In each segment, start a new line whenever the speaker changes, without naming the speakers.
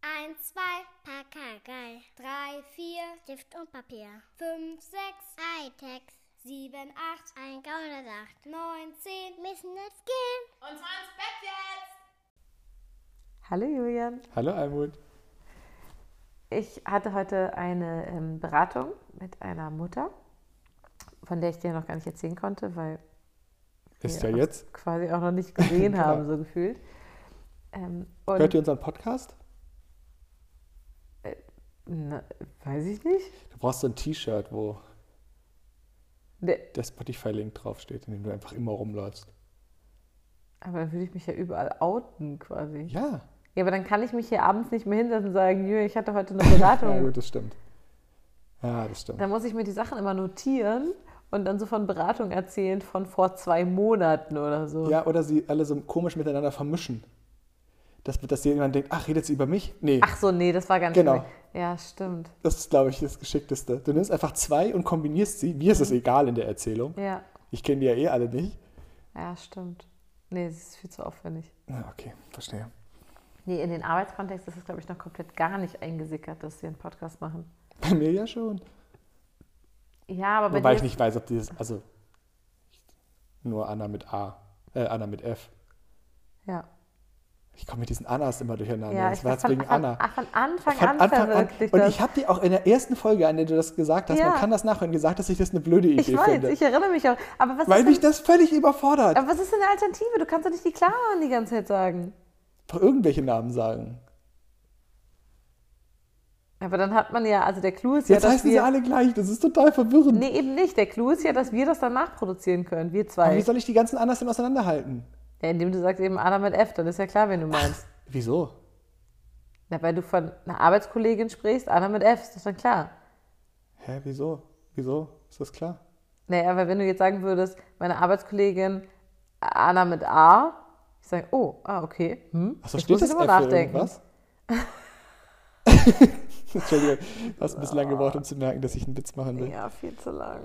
1, 2, Pakagei.
3, 4,
Stift und Papier.
5, 6,
Hightech.
7, 8,
Ein Gauderdacht.
9, 10.
Müssen jetzt gehen.
Und zwar ins Bett jetzt!
Hallo Julian.
Hallo Almut.
Ich hatte heute eine ähm, Beratung mit einer Mutter, von der ich dir noch gar nicht erzählen konnte, weil
Ist
wir
ja
uns
jetzt.
quasi auch noch nicht gesehen
Genau.
haben, so gefühlt. Ähm, und
Hört ihr unseren Podcast?
Na, weiß ich nicht.
Du brauchst so ein T-Shirt, wo
Ne,
der Spotify-Link draufsteht, in dem du einfach immer rumläufst.
aber dann würde ich mich ja überall outen quasi. Ja.
Ja.
aber dann kann ich mich hier abends nicht mehr hinsetzen und sagen, Jö, ich hatte heute eine Beratung.
Ja, gut, das stimmt. Ja, das stimmt.
Dann muss ich mir die Sachen immer notieren und dann so von Beratung erzählen von vor zwei Monaten oder so.
Ja, oder sie alle so komisch miteinander vermischen. Dass, dass jemand denkt, ach, redet sie über mich? Nee,
Ach so, nee, das war gar nicht
Genau.
mein- Ja, stimmt.
das ist, glaube ich, das Geschickteste. Du nimmst einfach zwei und kombinierst sie. Mir ist es egal in der Erzählung.
Ja,
Ich kenne die ja eh alle nicht.
ja, stimmt. Nee, das ist viel zu aufwendig.
Na, okay, verstehe.
Nee, in den Arbeitskontext ist es, glaube ich, noch komplett gar nicht eingesickert, dass wir einen Podcast machen.
Bei mir ja schon.
Ja, aber bei
Wobei
dir
ich nicht weiß, ob dieses, also nur Anna mit A, äh, Anna mit F.
Ja,
Ich komme mit diesen Annas immer durcheinander.
ja
das
ich
war
war
jetzt wegen
von,
Anna.
Anfang- Von Anfang
Von
an
Anfang an.
verwirklicht
Und
das.
ich habe dir auch in der ersten Folge, an der du das gesagt hast, man
Ja.
kann das nachhören, gesagt, dass ich das eine blöde Idee
ich weiß,
finde.
ich erinnere mich auch. Aber was,
weil
ist
mich
denn,
das völlig überfordert.
aber was ist denn eine Alternative? Du kannst doch nicht die Clara die ganze Zeit sagen.
Einfach irgendwelche Namen sagen.
Aber dann hat man ja, also der Clou ist
Jetzt
ja, dass
heißen sie
wir...
alle gleich. Das ist total verwirrend.
Nee, eben nicht. Der Clou ist ja, dass wir das dann nachproduzieren können, wir
Aber
zwei.
wie soll ich die ganzen Annas denn auseinanderhalten?
Ja, indem du sagst eben Anna mit F, dann ist ja klar, wen du meinst.
Wieso?
Na, weil du von einer Arbeitskollegin sprichst, Anna mit F, ist doch dann klar.
Hä, wieso? Wieso? Ist das klar?
Naja, aber wenn du jetzt sagen würdest, meine Arbeitskollegin Anna mit A, ich sage, oh, ah, okay. Hm,
Achso,
jetzt
steht
muss ich
das F
nochmal
für irgendwas? Entschuldigung, du hast ein bisschen lang gebraucht, um zu merken, dass ich einen Witz machen will.
Ah. Ja, viel zu lang.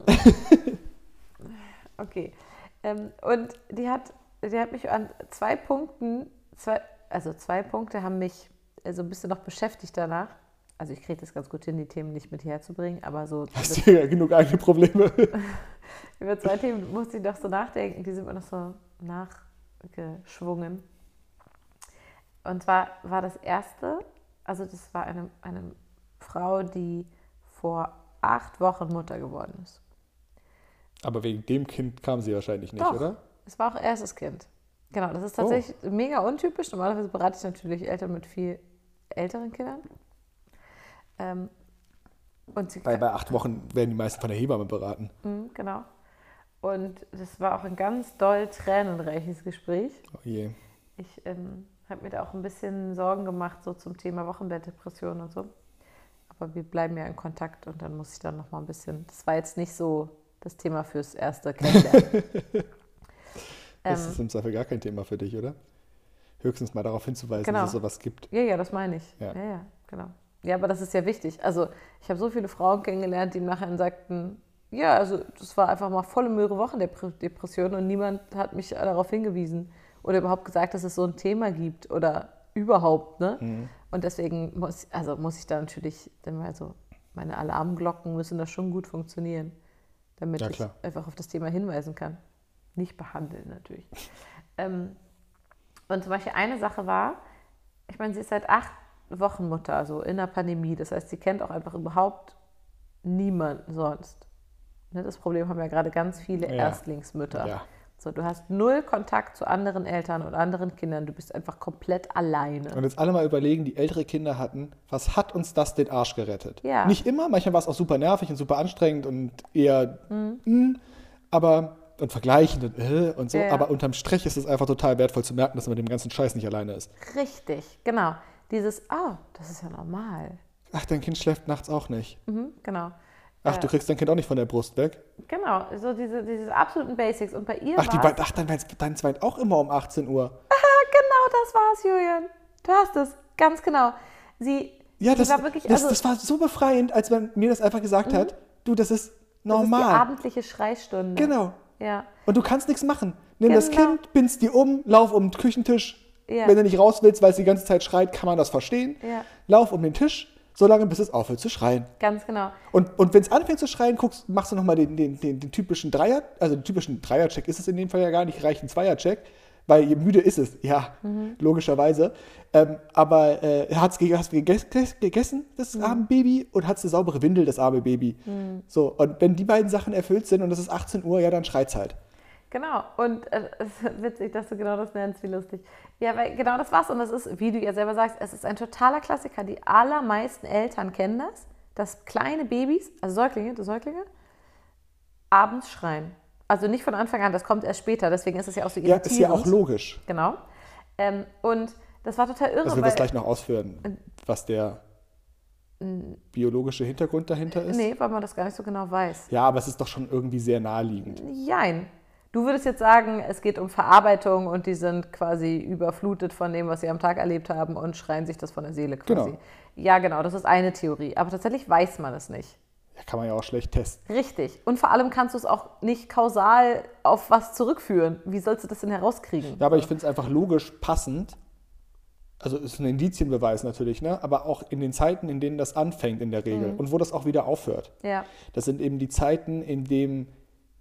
okay. Ähm, und die hat, die hat mich an zwei Punkten, zwei, also zwei Punkte haben mich äh, so ein bisschen noch beschäftigt danach. Also ich kriege das ganz gut hin, die Themen nicht mit herzubringen, aber so also
Hast du ja genug eigene Probleme.
Über zwei Themen musste ich noch so nachdenken, die sind mir noch so nachgeschwungen. Und zwar war das erste, also das war eine, eine Frau, die vor acht Wochen Mutter geworden ist.
Aber wegen dem Kind kam sie wahrscheinlich nicht,
Doch,
oder? Oh.
es war auch ihr erstes Kind. Genau, das ist tatsächlich mega untypisch. Normalerweise berate ich natürlich Eltern mit viel älteren Kindern. Ähm, und sie
Weil bei acht Wochen werden die meisten von der Hebamme beraten.
Mhm, genau. Und das war auch ein ganz doll tränenreiches Gespräch.
Oh je.
Ich ähm, habe mir da auch ein bisschen Sorgen gemacht, so zum Thema Wochenbettdepression und so. Aber wir bleiben ja in Kontakt und dann muss ich dann nochmal ein bisschen. Das war jetzt nicht so das Thema fürs erste Kennenlernen.
Das
ähm,
ist im Zweifel gar kein Thema für dich, oder? Höchstens mal darauf hinzuweisen,
Genau.
dass es sowas gibt.
ja, ja, das meine ich.
Ja.
ja, ja, genau. Ja, aber das ist ja wichtig. Also, ich habe so viele Frauen kennengelernt, die nachher sagten, ja, also das war einfach mal volle Möhre Wochendepression und niemand hat mich darauf hingewiesen oder überhaupt gesagt, dass es so ein Thema gibt oder überhaupt, ne?
Mhm.
Und deswegen muss, also muss ich da natürlich, denn also meine Alarmglocken müssen da schon gut funktionieren, damit
Ja,
ich
klar.
einfach auf das Thema hinweisen kann. Nicht behandeln natürlich. ähm, und zum Beispiel eine Sache war, ich meine, sie ist seit acht Wochen Mutter, also in der Pandemie. Das heißt, sie kennt auch einfach überhaupt niemanden sonst. Ne, das Problem haben ja gerade ganz viele
Ja.
Erstlingsmütter.
Ja.
So, du hast null Kontakt zu anderen Eltern und anderen Kindern. Du bist einfach komplett alleine.
Und jetzt alle mal überlegen, die ältere Kinder hatten, was hat uns das den Arsch gerettet?
Ja.
Nicht immer, manchmal war es auch super nervig und super anstrengend und eher,
Mhm.
mm, aber, und vergleichend und, äh, und so,
Ja, ja.
aber unterm Strich ist es einfach total wertvoll zu merken, dass man mit dem ganzen Scheiß nicht alleine ist.
Richtig, genau. Dieses, oh, das ist ja normal.
Ach, dein Kind schläft nachts auch nicht.
Mhm, genau.
Ach, du kriegst dein Kind auch nicht von der Brust weg.
Genau, so diese, diese absoluten Basics. Und bei ihr
Ach, die
war's-
weint, ach dein, weint- deins weint auch immer um 18 Uhr.
Genau das war's, Julian. Du hast es, ganz genau. Sie,
Ja,
sie
das,
war wirklich,
das,
also, Mhm.
das war so befreiend, als man mir das einfach gesagt hat, du, das ist
das ist die
normal.
abendliche Schreistunde.
genau.
Ja,
Und du kannst nichts machen. Nimm das
Genau.
Kind, bind's dir um, lauf um den Küchentisch,
Ja.
Wenn du nicht raus willst, weil es die ganze Zeit schreit, kann man das verstehen.
Ja.
Lauf um den Tisch, solange bis es aufhört zu schreien.
Ganz genau.
Und, und wenn es anfängt zu schreien, guckst, machst du nochmal den, den, den, den typischen Dreier, also den typischen Dreier-Check ist es in dem Fall ja gar nicht, reicht ein Zweier-Check, weil je müde ist es, ja,
Mhm.
logischerweise. Ähm, aber äh, hat's ge hast gegessen, gegessen, das
Mhm.
arme Baby, und hat's eine saubere Windel, das arme Baby. So, und wenn die beiden Sachen erfüllt sind und es ist 18 Uhr, ja, dann schreit's halt.
Genau, und äh, es ist witzig, dass du genau das nennst, wie lustig. Ja, weil genau das war's. Und das ist, wie du ja selber sagst, es ist ein totaler Klassiker. Die allermeisten Eltern kennen das, dass kleine Babys, also Säuglinge, du Säuglinge, abends schreien. Also nicht von Anfang an, das kommt erst später, deswegen ist es ja auch so
Ja,
irritierend.
ist ja auch logisch,
Genau. Ähm, und das war total irre.
dass wir
weil-
das gleich noch ausführen, was der biologische Hintergrund dahinter ist.
Mhm. Nee, weil man das gar nicht so genau weiß.
Ja, aber es ist doch schon irgendwie sehr naheliegend.
Jein. Du würdest jetzt sagen, es geht um Verarbeitung und die sind quasi überflutet von dem, was sie am Tag erlebt haben und schreien sich das von der Seele quasi.
Genau.
Ja, genau, das ist eine Theorie. Aber tatsächlich weiß man es nicht.
Ja, kann man ja auch schlecht testen.
Richtig. Und vor allem kannst du es auch nicht kausal auf was zurückführen. Wie sollst du das denn herauskriegen?
Ja, aber ich finde es einfach logisch passend. Also es ist ein Indizienbeweis natürlich, ne? aber auch in den Zeiten, in denen das anfängt in der Regel
Mhm.
und wo das auch wieder aufhört.
Ja.
Das sind eben die Zeiten, in denen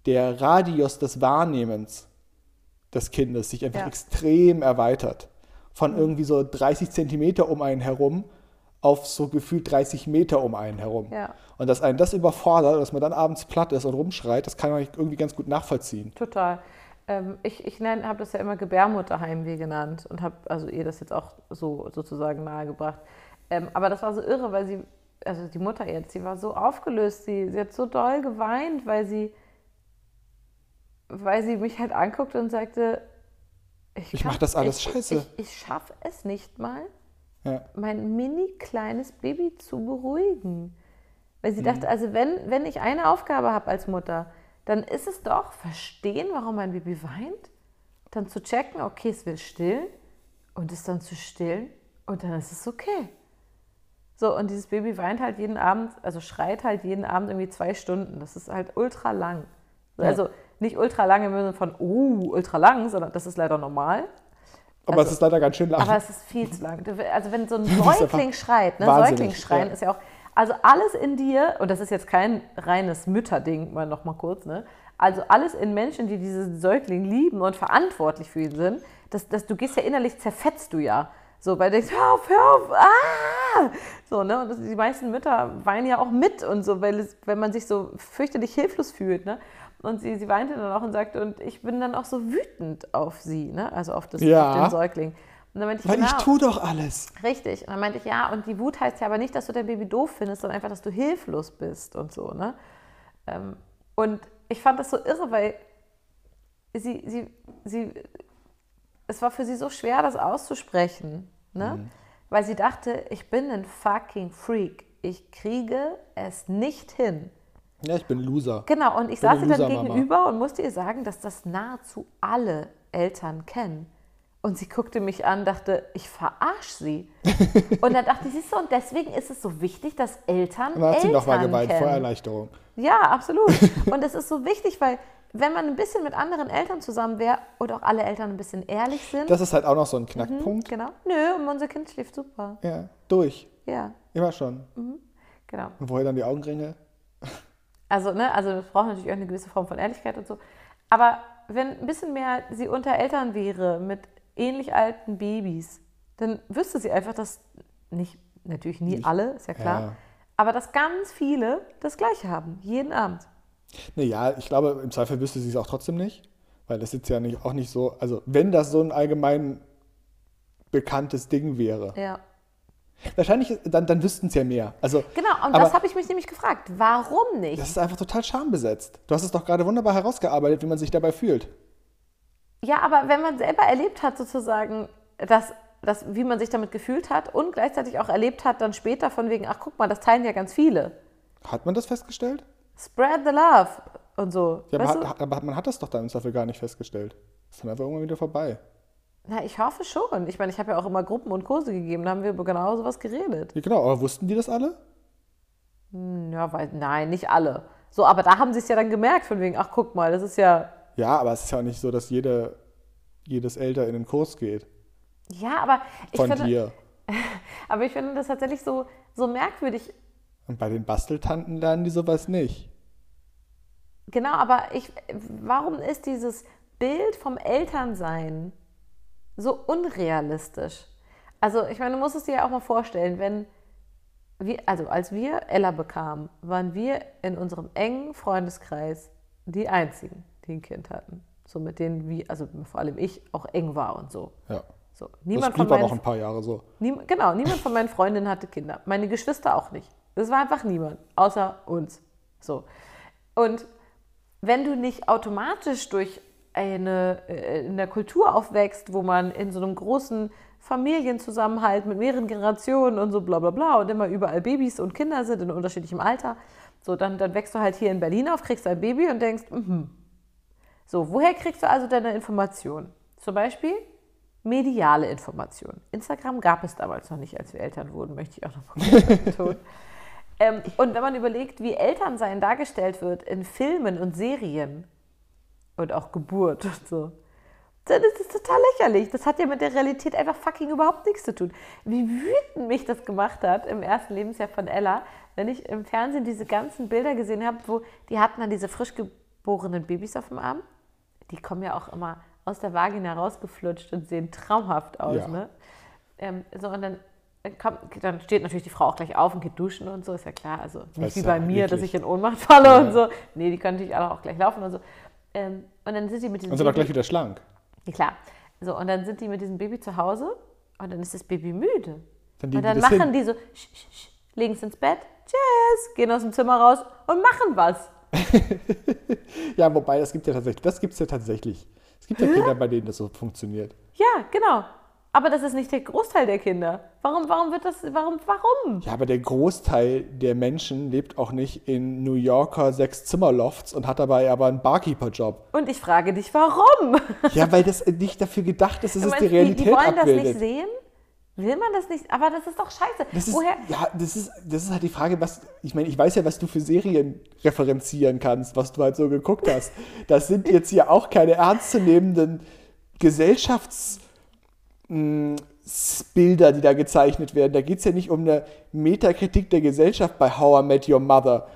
der Radius des Wahrnehmens des Kindes sich einfach
Ja. Mhm.
extrem erweitert. Von irgendwie so 30 Zentimeter um einen herum auf so gefühlt 30 Meter um einen herum.
Ja.
Und dass einen das überfordert, dass man dann abends platt ist und rumschreit, das kann man irgendwie ganz gut nachvollziehen.
Total. Ähm, ich ich habe das ja immer Gebärmutterheimweh genannt und habe also ihr das jetzt auch so sozusagen nahegebracht. Ähm, aber das war so irre, weil sie, also die Mutter jetzt, sie war so aufgelöst, sie, sie hat so doll geweint, weil sie, weil sie mich halt anguckte und sagte,
Ich
kann-
mach das alles
ich,
scheiße.
Ich, ich schaffe es nicht mal,
Ja.
mein mini kleines Baby zu beruhigen. Weil sie dachte, also wenn, wenn ich eine Aufgabe habe als Mutter, dann ist es doch verstehen, warum mein Baby weint, dann zu checken, okay, es will still und ist dann zu still und dann ist es okay. So, und dieses Baby weint halt jeden Abend, also schreit halt jeden Abend irgendwie zwei Stunden. Das ist halt ultra lang. Also nicht ultra lang im Sinne von, uh, ultra lang, sondern das ist leider normal.
Aber
Also-
es ist leider ganz schön lang.
Aber es ist viel zu lang. Du- Also wenn so ein
ist einfach
Säugling schreit, ne?
wahnsinnig,
Säugling schreien
ja.
ist ja auch, also alles in dir, und das ist jetzt kein reines Mütterding, mal nochmal kurz, ne? Also alles in Menschen, die diesen Säugling lieben und verantwortlich für ihn sind, das, das, du gehst ja innerlich, zerfetzt du ja. So, weil du denkst, hör auf, hör auf, ah! So, ne? Und das, die meisten Mütter weinen ja auch mit und so, weil es, wenn man sich so fürchterlich hilflos fühlt, ne? Und sie, sie weinte dann auch und sagte, und ich bin dann auch so wütend auf sie, ne? Also auf, das,
Ja.
auf den Säugling. Und dann meinte ich,
Weil
genau,
ich tue doch alles.
Richtig. Und dann meinte ich, ja, und die Wut heißt ja aber nicht, dass du dein Baby doof findest, sondern einfach, dass du hilflos bist und so, ne? Ähm, und ich fand das so irre, weil sie, sie, sie, es war für sie so schwer, das auszusprechen, ne? Weil sie dachte, ich bin ein fucking Freak. Ich kriege es nicht hin.
Ja, ich bin Loser.
Genau, und ich
Bin
saß
eine
ihr dann
Loser-Mama.
gegenüber und musste ihr sagen, dass das nahezu alle Eltern kennen. Und sie guckte mich an, dachte, ich verarsch sie. und dann dachte ich, siehst du, und deswegen ist es so wichtig, dass Eltern
Und dann hat sie
Eltern
nochmal geweint vor
kennen.
Erleichterung.
Ja, absolut. Und es ist so wichtig, weil wenn man ein bisschen mit anderen Eltern zusammen wäre und auch alle Eltern ein bisschen ehrlich sind,
Das ist halt auch noch so ein Knackpunkt.
genau. Nö, und unser Kind schläft super.
Ja, durch.
Ja,
Immer schon.
genau.
Und woher dann die Augenringe?
Also, ne, also das braucht natürlich auch eine gewisse Form von Ehrlichkeit und so. Aber wenn ein bisschen mehr sie unter Eltern wäre mit ähnlich alten Babys, dann wüsste sie einfach, dass nicht, natürlich nie alle, ist ja klar,
ja.
aber dass ganz viele das Gleiche haben, jeden Abend.
Naja, ich glaube, im Zweifel wüsste sie es auch trotzdem nicht. Weil das ist ja nicht, auch nicht so, also wenn das so ein allgemein bekanntes Ding wäre.
Ja.
Wahrscheinlich, ist- dann, dann wüssten es ja mehr. Also,
Genau, und
aber
das habe ich mich nämlich gefragt. Warum nicht?
das ist einfach total schambesetzt. Du hast es doch gerade wunderbar herausgearbeitet, wie man sich dabei fühlt.
Ja, aber wenn man selber erlebt hat, sozusagen, dass, dass, wie man sich damit gefühlt hat und gleichzeitig auch erlebt hat, dann später von wegen, ach guck mal, das teilen ja ganz viele.
Hat man das festgestellt?
Spread the love und so.
Ja,
weißt
aber,
du?
hat, aber man hat das doch dann im Zweifel gar nicht festgestellt. Ist dann einfach irgendwann wieder vorbei.
Na, ich hoffe schon. Ich meine, ich habe ja auch immer Gruppen und Kurse gegeben, da haben wir über genau sowas geredet.
Ja, genau, aber wussten die das alle?
Ja, weil, nein, nicht alle. So, aber da haben sie es ja dann gemerkt, von wegen, ach guck mal, das ist ja.
Ja, aber es ist ja auch nicht so, dass jede, jedes Elter in den Kurs geht.
Ja, aber ich,
von
finde,
dir.
aber ich finde das tatsächlich so, so merkwürdig.
Und bei den Basteltanten lernen die sowas nicht.
Genau, aber ich, warum ist dieses Bild vom Elternsein so unrealistisch? Also, ich meine, du musst es dir ja auch mal vorstellen, wenn wir, also als wir Ella bekamen, waren wir in unserem engen Freundeskreis die einzigen, die ein Kind hatten. So mit denen wie, also vor allem ich auch eng war und so.
Ja.
so.
Das
Niemand von
blieb auch
meinen
noch ein paar Jahre so.
Niem genau, niemand von meinen Freundinnen hatte Kinder. Meine Geschwister auch nicht. Das war einfach niemand, außer uns. So. Und wenn du nicht automatisch durch eine, äh, in der Kultur aufwächst, wo man in so einem großen Familienzusammenhalt mit mehreren Generationen und so bla bla bla und immer überall Babys und Kinder sind in unterschiedlichem Alter, so dann, dann wächst du halt hier in Berlin auf, kriegst ein Baby und denkst, mhm. So, woher kriegst du also deine Informationen? Zum Beispiel mediale Informationen. Instagram gab es damals noch nicht, als wir Eltern wurden, möchte ich auch noch mal betonen. ähm, und wenn man überlegt, wie Elternsein dargestellt wird in Filmen und Serien und auch Geburt und so, dann ist das total lächerlich. Das hat ja mit der Realität einfach fucking überhaupt nichts zu tun. Wie wütend mich das gemacht hat im ersten Lebensjahr von Ella, wenn ich im Fernsehen diese ganzen Bilder gesehen habe, wo die hatten dann diese frisch geborenen Babys auf dem Arm. Die kommen ja auch immer aus der Vagina rausgeflutscht und sehen traumhaft aus,
Ja.
ne? Ähm, so, und dann, kommt, dann steht natürlich die Frau auch gleich auf und geht duschen und so, ist ja klar. Also
Das ist
nicht wie
ja
bei mir, dass
eklig.
ich in Ohnmacht falle und so. Nee, die können natürlich alle auch gleich laufen und so. Ähm, und dann sind die mit diesem
Und sind auch
Baby-
gleich wieder schlank.
ja, klar. So, und dann sind die mit diesem Baby zu Hause und dann ist das Baby müde.
Dann legen
und
die
dann
das
machen
hin.
die so, sch, sch, sch, legen es ins Bett, tschüss, gehen aus dem Zimmer raus und machen was.
Ja, wobei, das gibt ja tatsächlich. Das gibt's ja tatsächlich. Es gibt ja Kinder, bei denen das so funktioniert.
Ja, genau. Aber das ist nicht der Großteil der Kinder. Warum, warum wird das, warum, warum?
Ja, aber der Großteil der Menschen lebt auch nicht in New Yorker Sechs-Zimmer-Lofts und hat dabei aber einen Barkeeper-Job.
Und ich frage dich, warum?
Ja, weil das nicht dafür gedacht ist, dass es
Meinst
die
du, die,
Realität
die wollen das nicht
abbildet.
sehen? Will man das nicht? Aber das ist doch scheiße.
Das ist,
Woher?
ja, das ist, das ist halt die Frage, was, ich meine, ich weiß ja, was du für Serien referenzieren kannst, was du halt so geguckt hast. Das sind jetzt hier auch keine ernstzunehmenden Gesellschaftsbilder, die da gezeichnet werden. Da geht es ja nicht um eine Metakritik der Gesellschaft bei How I Met Your Mother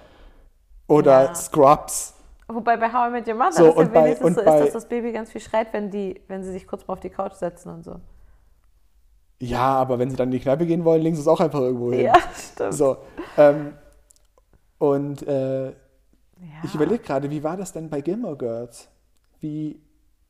oder
Ja.
Scrubs.
Wobei bei How I Met Your Mother
So,
das ja
und bei-
wenigstens
und
so ist,
bei-
dass das Baby ganz viel schreit, wenn, die, wenn sie sich kurz mal auf die Couch setzen und so.
Ja, aber wenn sie dann in die Kneipe gehen wollen, links ist auch einfach irgendwo hin.
Ja, stimmt.
So, ähm, und äh,
Ja.
Ich überlege gerade, wie war das denn bei Gilmore Girls? Wie,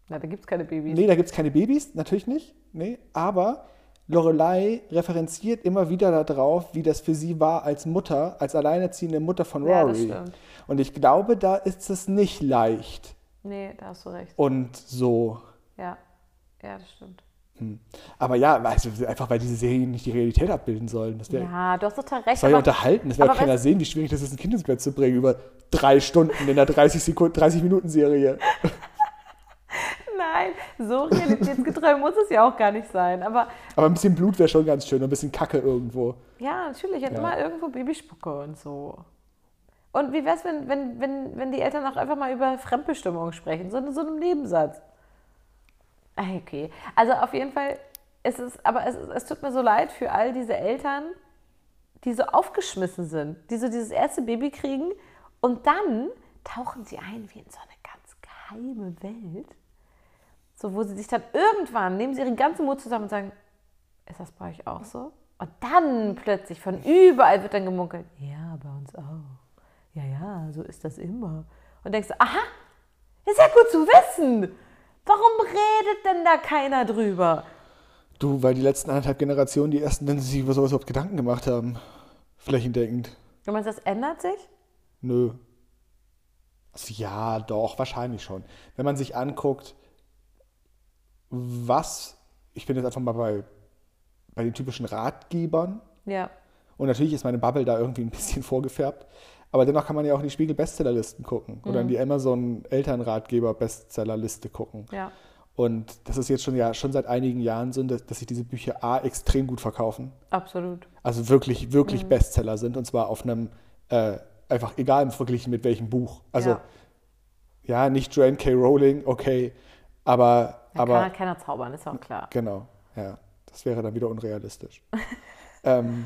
Na, da gibt es keine Babys.
nee, da gibt es keine Babys, natürlich nicht, nee, aber Lorelei referenziert immer wieder darauf, wie das für sie war als Mutter, als alleinerziehende Mutter von
Ja, das
Rory.
stimmt.
Und ich glaube, da ist es nicht leicht
Nee, da hast du recht.
und so.
Ja. Ja, das stimmt.
Aber ja, also einfach weil diese Serien nicht die Realität abbilden sollen. Das wäre
Ja, du hast total recht.
soll ja
aber-
unterhalten. Das wird
aber
keiner
weißt-
sehen, wie schwierig das ist, ein Kind ins Bett zu bringen über drei Stunden in einer 30 Sekunden, 30 Minuten Serie.
Nein, so realitätsgetreu muss es ja auch gar nicht sein. Aber
Aber ein bisschen Blut wäre schon ganz schön und ein bisschen Kacke irgendwo.
ja, natürlich, hat
Ja.
immer irgendwo Babyspucke und so. Und wie wär's, wenn, wenn, wenn, wenn die Eltern auch einfach mal über Fremdbestimmung sprechen, so in so einem Nebensatz? Ah, Okay. Also auf jeden Fall, es ist, aber es, ist- es tut mir so leid für all diese Eltern, die so aufgeschmissen sind, die so dieses erste Baby kriegen und dann tauchen sie ein wie in so eine ganz geheime Welt, so wo sie sich dann irgendwann nehmen sie ihren ganzen Mut zusammen und sagen, ist das bei euch auch so? Und dann plötzlich von überall wird dann gemunkelt, ja, bei uns auch. Ja, ja, so ist das immer. Und denkst, du, aha, ist ja gut zu wissen. Warum redet denn da keiner drüber?
Du, weil die letzten anderthalb Generationen die ersten, wenn sie sich über sowas überhaupt Gedanken gemacht haben. Flächendeckend.
Du meinst, das ändert sich?
Nö. Also ja, doch, wahrscheinlich schon. Wenn man sich anguckt, was, ich bin jetzt einfach mal bei, bei den typischen Ratgebern.
Ja.
Und natürlich ist meine Bubble da irgendwie ein bisschen vorgefärbt. Aber dennoch kann man ja auch in die Spiegel-Bestsellerlisten gucken oder in die Amazon-Elternratgeber-Bestsellerliste gucken.
Ja.
Und das ist jetzt schon ja schon seit einigen Jahren so, dass, dass sich diese Bücher A extrem gut verkaufen.
Absolut.
Also wirklich, wirklich Bestseller sind und zwar auf einem äh, einfach egal im Verglichen mit welchem Buch. Also ja,
Ja.
nicht Joanne K. Rowling, okay, aber,
Da kann
aber
halt keiner zaubern, ist auch klar.
genau, ja. Das wäre dann wieder unrealistisch. ähm,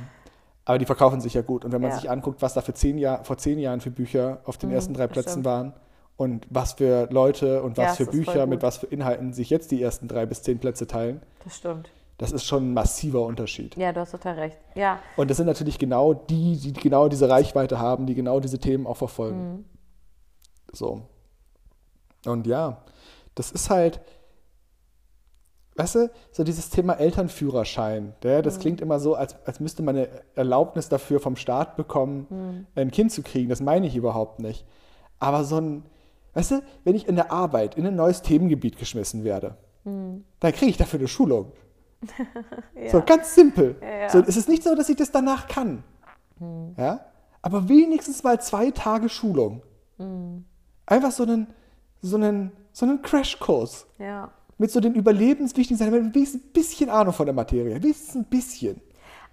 aber die verkaufen sich ja gut. Und wenn man
Ja. Mhm,
sich anguckt, was da für zehn Jahr, vor zehn Jahren für Bücher auf den ersten drei
das
Plätzen
stimmt.
waren und was für Leute und was
Ja,
für
es ist voll
Bücher mit
gut.
was für Inhalten sich jetzt die ersten drei bis zehn Plätze teilen,
Das stimmt.
das ist schon ein massiver Unterschied.
Ja, du hast total recht. Ja,
Und das sind natürlich genau die, die genau diese Reichweite haben, die genau diese Themen auch verfolgen. So. Und ja, das ist halt, weißt du, so dieses Thema Elternführerschein. Der, das klingt immer so, als, als müsste man eine Erlaubnis dafür vom Staat bekommen, ein Kind zu kriegen. Das meine ich überhaupt nicht. Aber so ein, weißt du, wenn ich in der Arbeit in ein neues Themengebiet geschmissen werde, dann kriege ich dafür eine Schulung. So ganz simpel.
ja. Hm.
So, es ist nicht so, dass ich das danach kann. Ja? Aber wenigstens mal zwei Tage Schulung.
Hm.
Einfach so einen, so einen, so einen Crashkurs
ja.
mit so den überlebenswichtigen Sachen, mit wenigstens ein bisschen Ahnung von der Materie, wenigstens ein bisschen,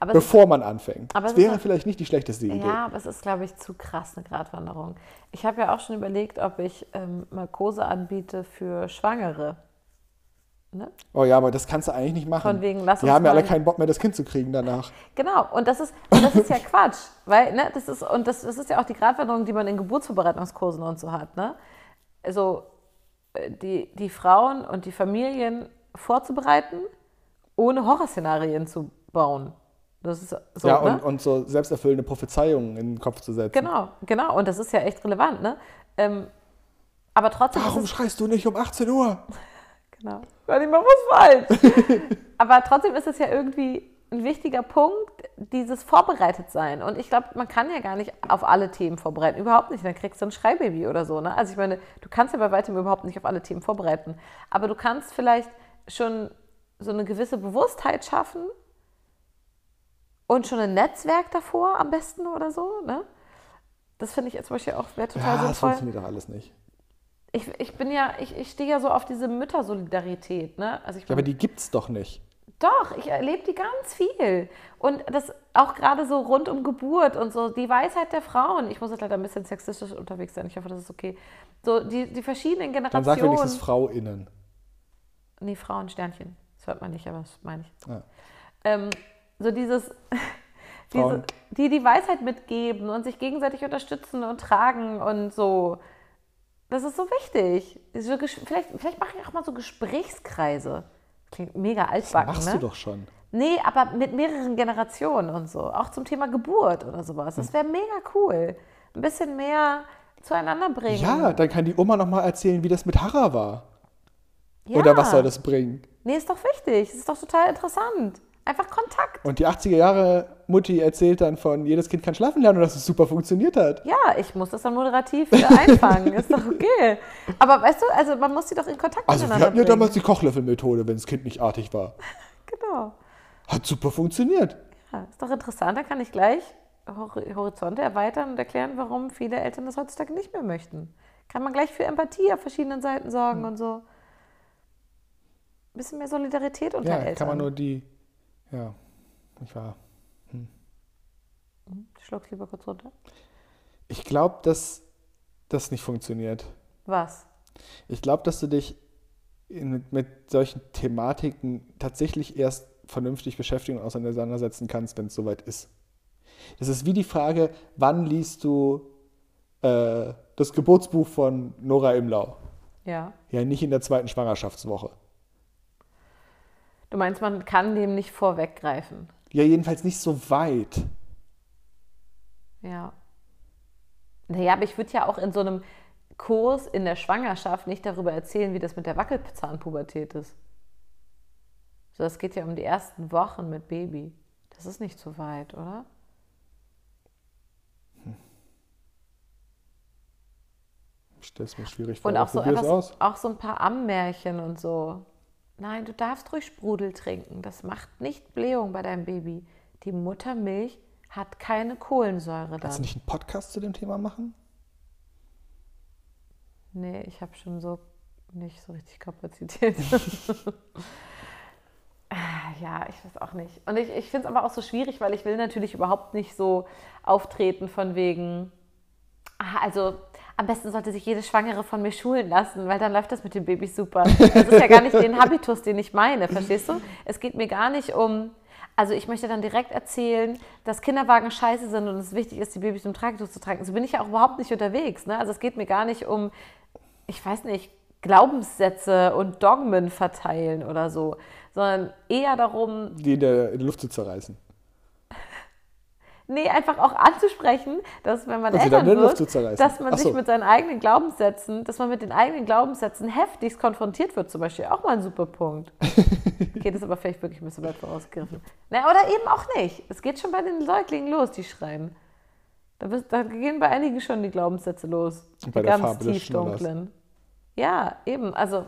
Aber es
bevor man anfängt.
aber
das
es ist
wäre
auch-
vielleicht nicht die schlechteste Idee.
Ja, aber es ist, glaube ich, zu krass eine Gratwanderung. Ich habe ja auch schon überlegt, ob ich ähm, mal Kurse anbiete für Schwangere. Ne?
Oh ja, aber das kannst du eigentlich nicht machen.
Von wegen, lass
Die
uns
haben ja alle
mal-
keinen Bock mehr, das Kind zu kriegen danach.
Genau, und das ist, und das ist ja Quatsch, weil, ne, das ist, und das, das ist ja auch die Gratwanderung, die man in Geburtsvorbereitungskursen und so hat, ne? Also äh, die, die Frauen und die Familien vorzubereiten, ohne Horrorszenarien zu bauen. Das ist so,
ja,
ne?
und, und so selbsterfüllende Prophezeiungen in den Kopf zu setzen.
Genau, genau, und das ist ja echt relevant, ne? Ähm, aber trotzdem ist
Warum
es
schreist du nicht um 18 Uhr?
Genau. Hör nicht mal was falsch. Aber trotzdem ist es ja irgendwie ein wichtiger Punkt, dieses Vorbereitetsein. Und ich glaube, man kann ja gar nicht auf alle Themen vorbereiten. Überhaupt nicht. Dann kriegst du ein Schreibaby oder so. Ne? Also ich meine, du kannst ja bei weitem überhaupt nicht auf alle Themen vorbereiten. Aber du kannst vielleicht schon so eine gewisse Bewusstheit schaffen und schon ein Netzwerk davor am besten oder so. Ne? Das finde ich jetzt zum Beispiel auch wäre total
Ja, das
sinnvoll
funktioniert doch alles nicht.
ich, ich bin ja, ich, ich stehe ja so auf diese Müttersolidarität, ne? Also ich
Ja,
bin,
aber die gibt's doch nicht.
doch, ich erlebe die ganz viel. Und das auch gerade so rund um Geburt und so, die Weisheit der Frauen. Ich muss jetzt leider ein bisschen sexistisch unterwegs sein, ich hoffe, das ist okay. So, die, die verschiedenen
Dann sag
Generationen.
wenigstens FrauInnen.
nee, Frauen, Sternchen. Das hört man nicht, aber das meine ich.
Ja.
Ähm, so dieses,
Frauen.
diese, die die Weisheit mitgeben und sich gegenseitig unterstützen und tragen und so. Das ist so wichtig. So, Gesch- vielleicht, vielleicht mache ich auch mal so Gesprächskreise. Klingt mega altbacken,
Machst
ne?
du doch schon.
Nee, aber mit mehreren Generationen und so. Auch zum Thema Geburt oder sowas. Das wäre mega cool. Ein bisschen mehr zueinander bringen.
Ja, dann kann die Oma nochmal erzählen, wie das mit Hara war.
Ja.
Oder was soll das bringen?
Nee, ist doch wichtig. Es ist doch total interessant. Einfach Kontakt.
Und die 80er Jahre Mutti erzählt dann von, jedes Kind kann schlafen lernen und dass es super funktioniert hat.
Ja, ich muss das dann moderativ wieder einfangen. ist doch okay. Aber weißt du, also man muss sie doch in Kontakt
Also wir
miteinander
hatten ja
bringen.
damals die Kochlöffelmethode, wenn das Kind nicht artig war.
genau.
Hat super funktioniert.
Ja, ist doch interessant. Da kann ich gleich Hor- Horizonte erweitern und erklären, warum viele Eltern das heutzutage nicht mehr möchten. Kann man gleich für Empathie auf verschiedenen Seiten sorgen
Hm.
und so. Ein bisschen mehr Solidarität unter
Ja,
Eltern.
kann man nur die, ja, ich war.
Schluck's lieber kurz runter.
Ich glaube, dass das nicht funktioniert.
Was?
Ich glaube, dass du dich in, mit solchen Thematiken tatsächlich erst vernünftig beschäftigen und auseinandersetzen kannst, wenn es soweit ist. Das ist wie die Frage, wann liest du äh, das Geburtsbuch von Nora Imlau?
Ja.
Ja, nicht in der zweiten Schwangerschaftswoche.
Du meinst, man kann dem nicht vorweggreifen.
Ja, jedenfalls nicht so weit.
Ja. Naja, aber ich würde ja auch in so einem Kurs in der Schwangerschaft nicht darüber erzählen, wie das mit der Wackelzahnpubertät ist. So, das geht ja um die ersten Wochen mit Baby. Das ist nicht so weit, oder?
Ich stelle es mir schwierig vor.
Und
aber
auch so,
probier es
etwas,
aus.
auch so ein paar Ammenmärchen und so. Nein, du darfst ruhig Sprudel trinken. Das macht nicht Blähung bei deinem Baby. Die Muttermilch hat keine Kohlensäure
Kannst du
dann.
nicht einen Podcast zu dem Thema machen?
Nee, ich habe schon so nicht so richtig Kapazität. Ah, ja, ich weiß auch nicht. Und ich, ich finde es aber auch so schwierig, weil ich will natürlich überhaupt nicht so auftreten von wegen, ah, also, aber am besten sollte sich jede Schwangere von mir schulen lassen, weil dann läuft das mit den Babys super. Das ist ja gar nicht den Habitus, den ich meine, verstehst du? Es geht mir gar nicht um. Also ich möchte dann direkt erzählen, dass Kinderwagen scheiße sind und es wichtig ist, die Babys im Tragetuch zu tragen. So bin ich ja auch überhaupt nicht unterwegs. Ne? Also es geht mir gar nicht um, ich weiß nicht, Glaubenssätze und Dogmen verteilen oder so, sondern eher darum,
die in der, in der Luft zu zerreißen.
Nee, einfach auch anzusprechen, dass wenn man
Also
Eltern
dann den Luft zu
wird,
zerreißen.
dass man
Ach
sich
so.
mit seinen eigenen Glaubenssätzen, dass man mit den eigenen Glaubenssätzen heftigst konfrontiert wird, zum Beispiel. Auch mal ein super Punkt. Okay, das ist aber vielleicht wirklich ein bisschen weit vorausgegriffen. Na, oder eben auch nicht. Es geht schon bei den Säuglingen los, die schreien. Da, bist, da gehen bei einigen schon die Glaubenssätze los. Die
bei der
ganz
Farbe des
tief dunklen. Ja, eben. Also,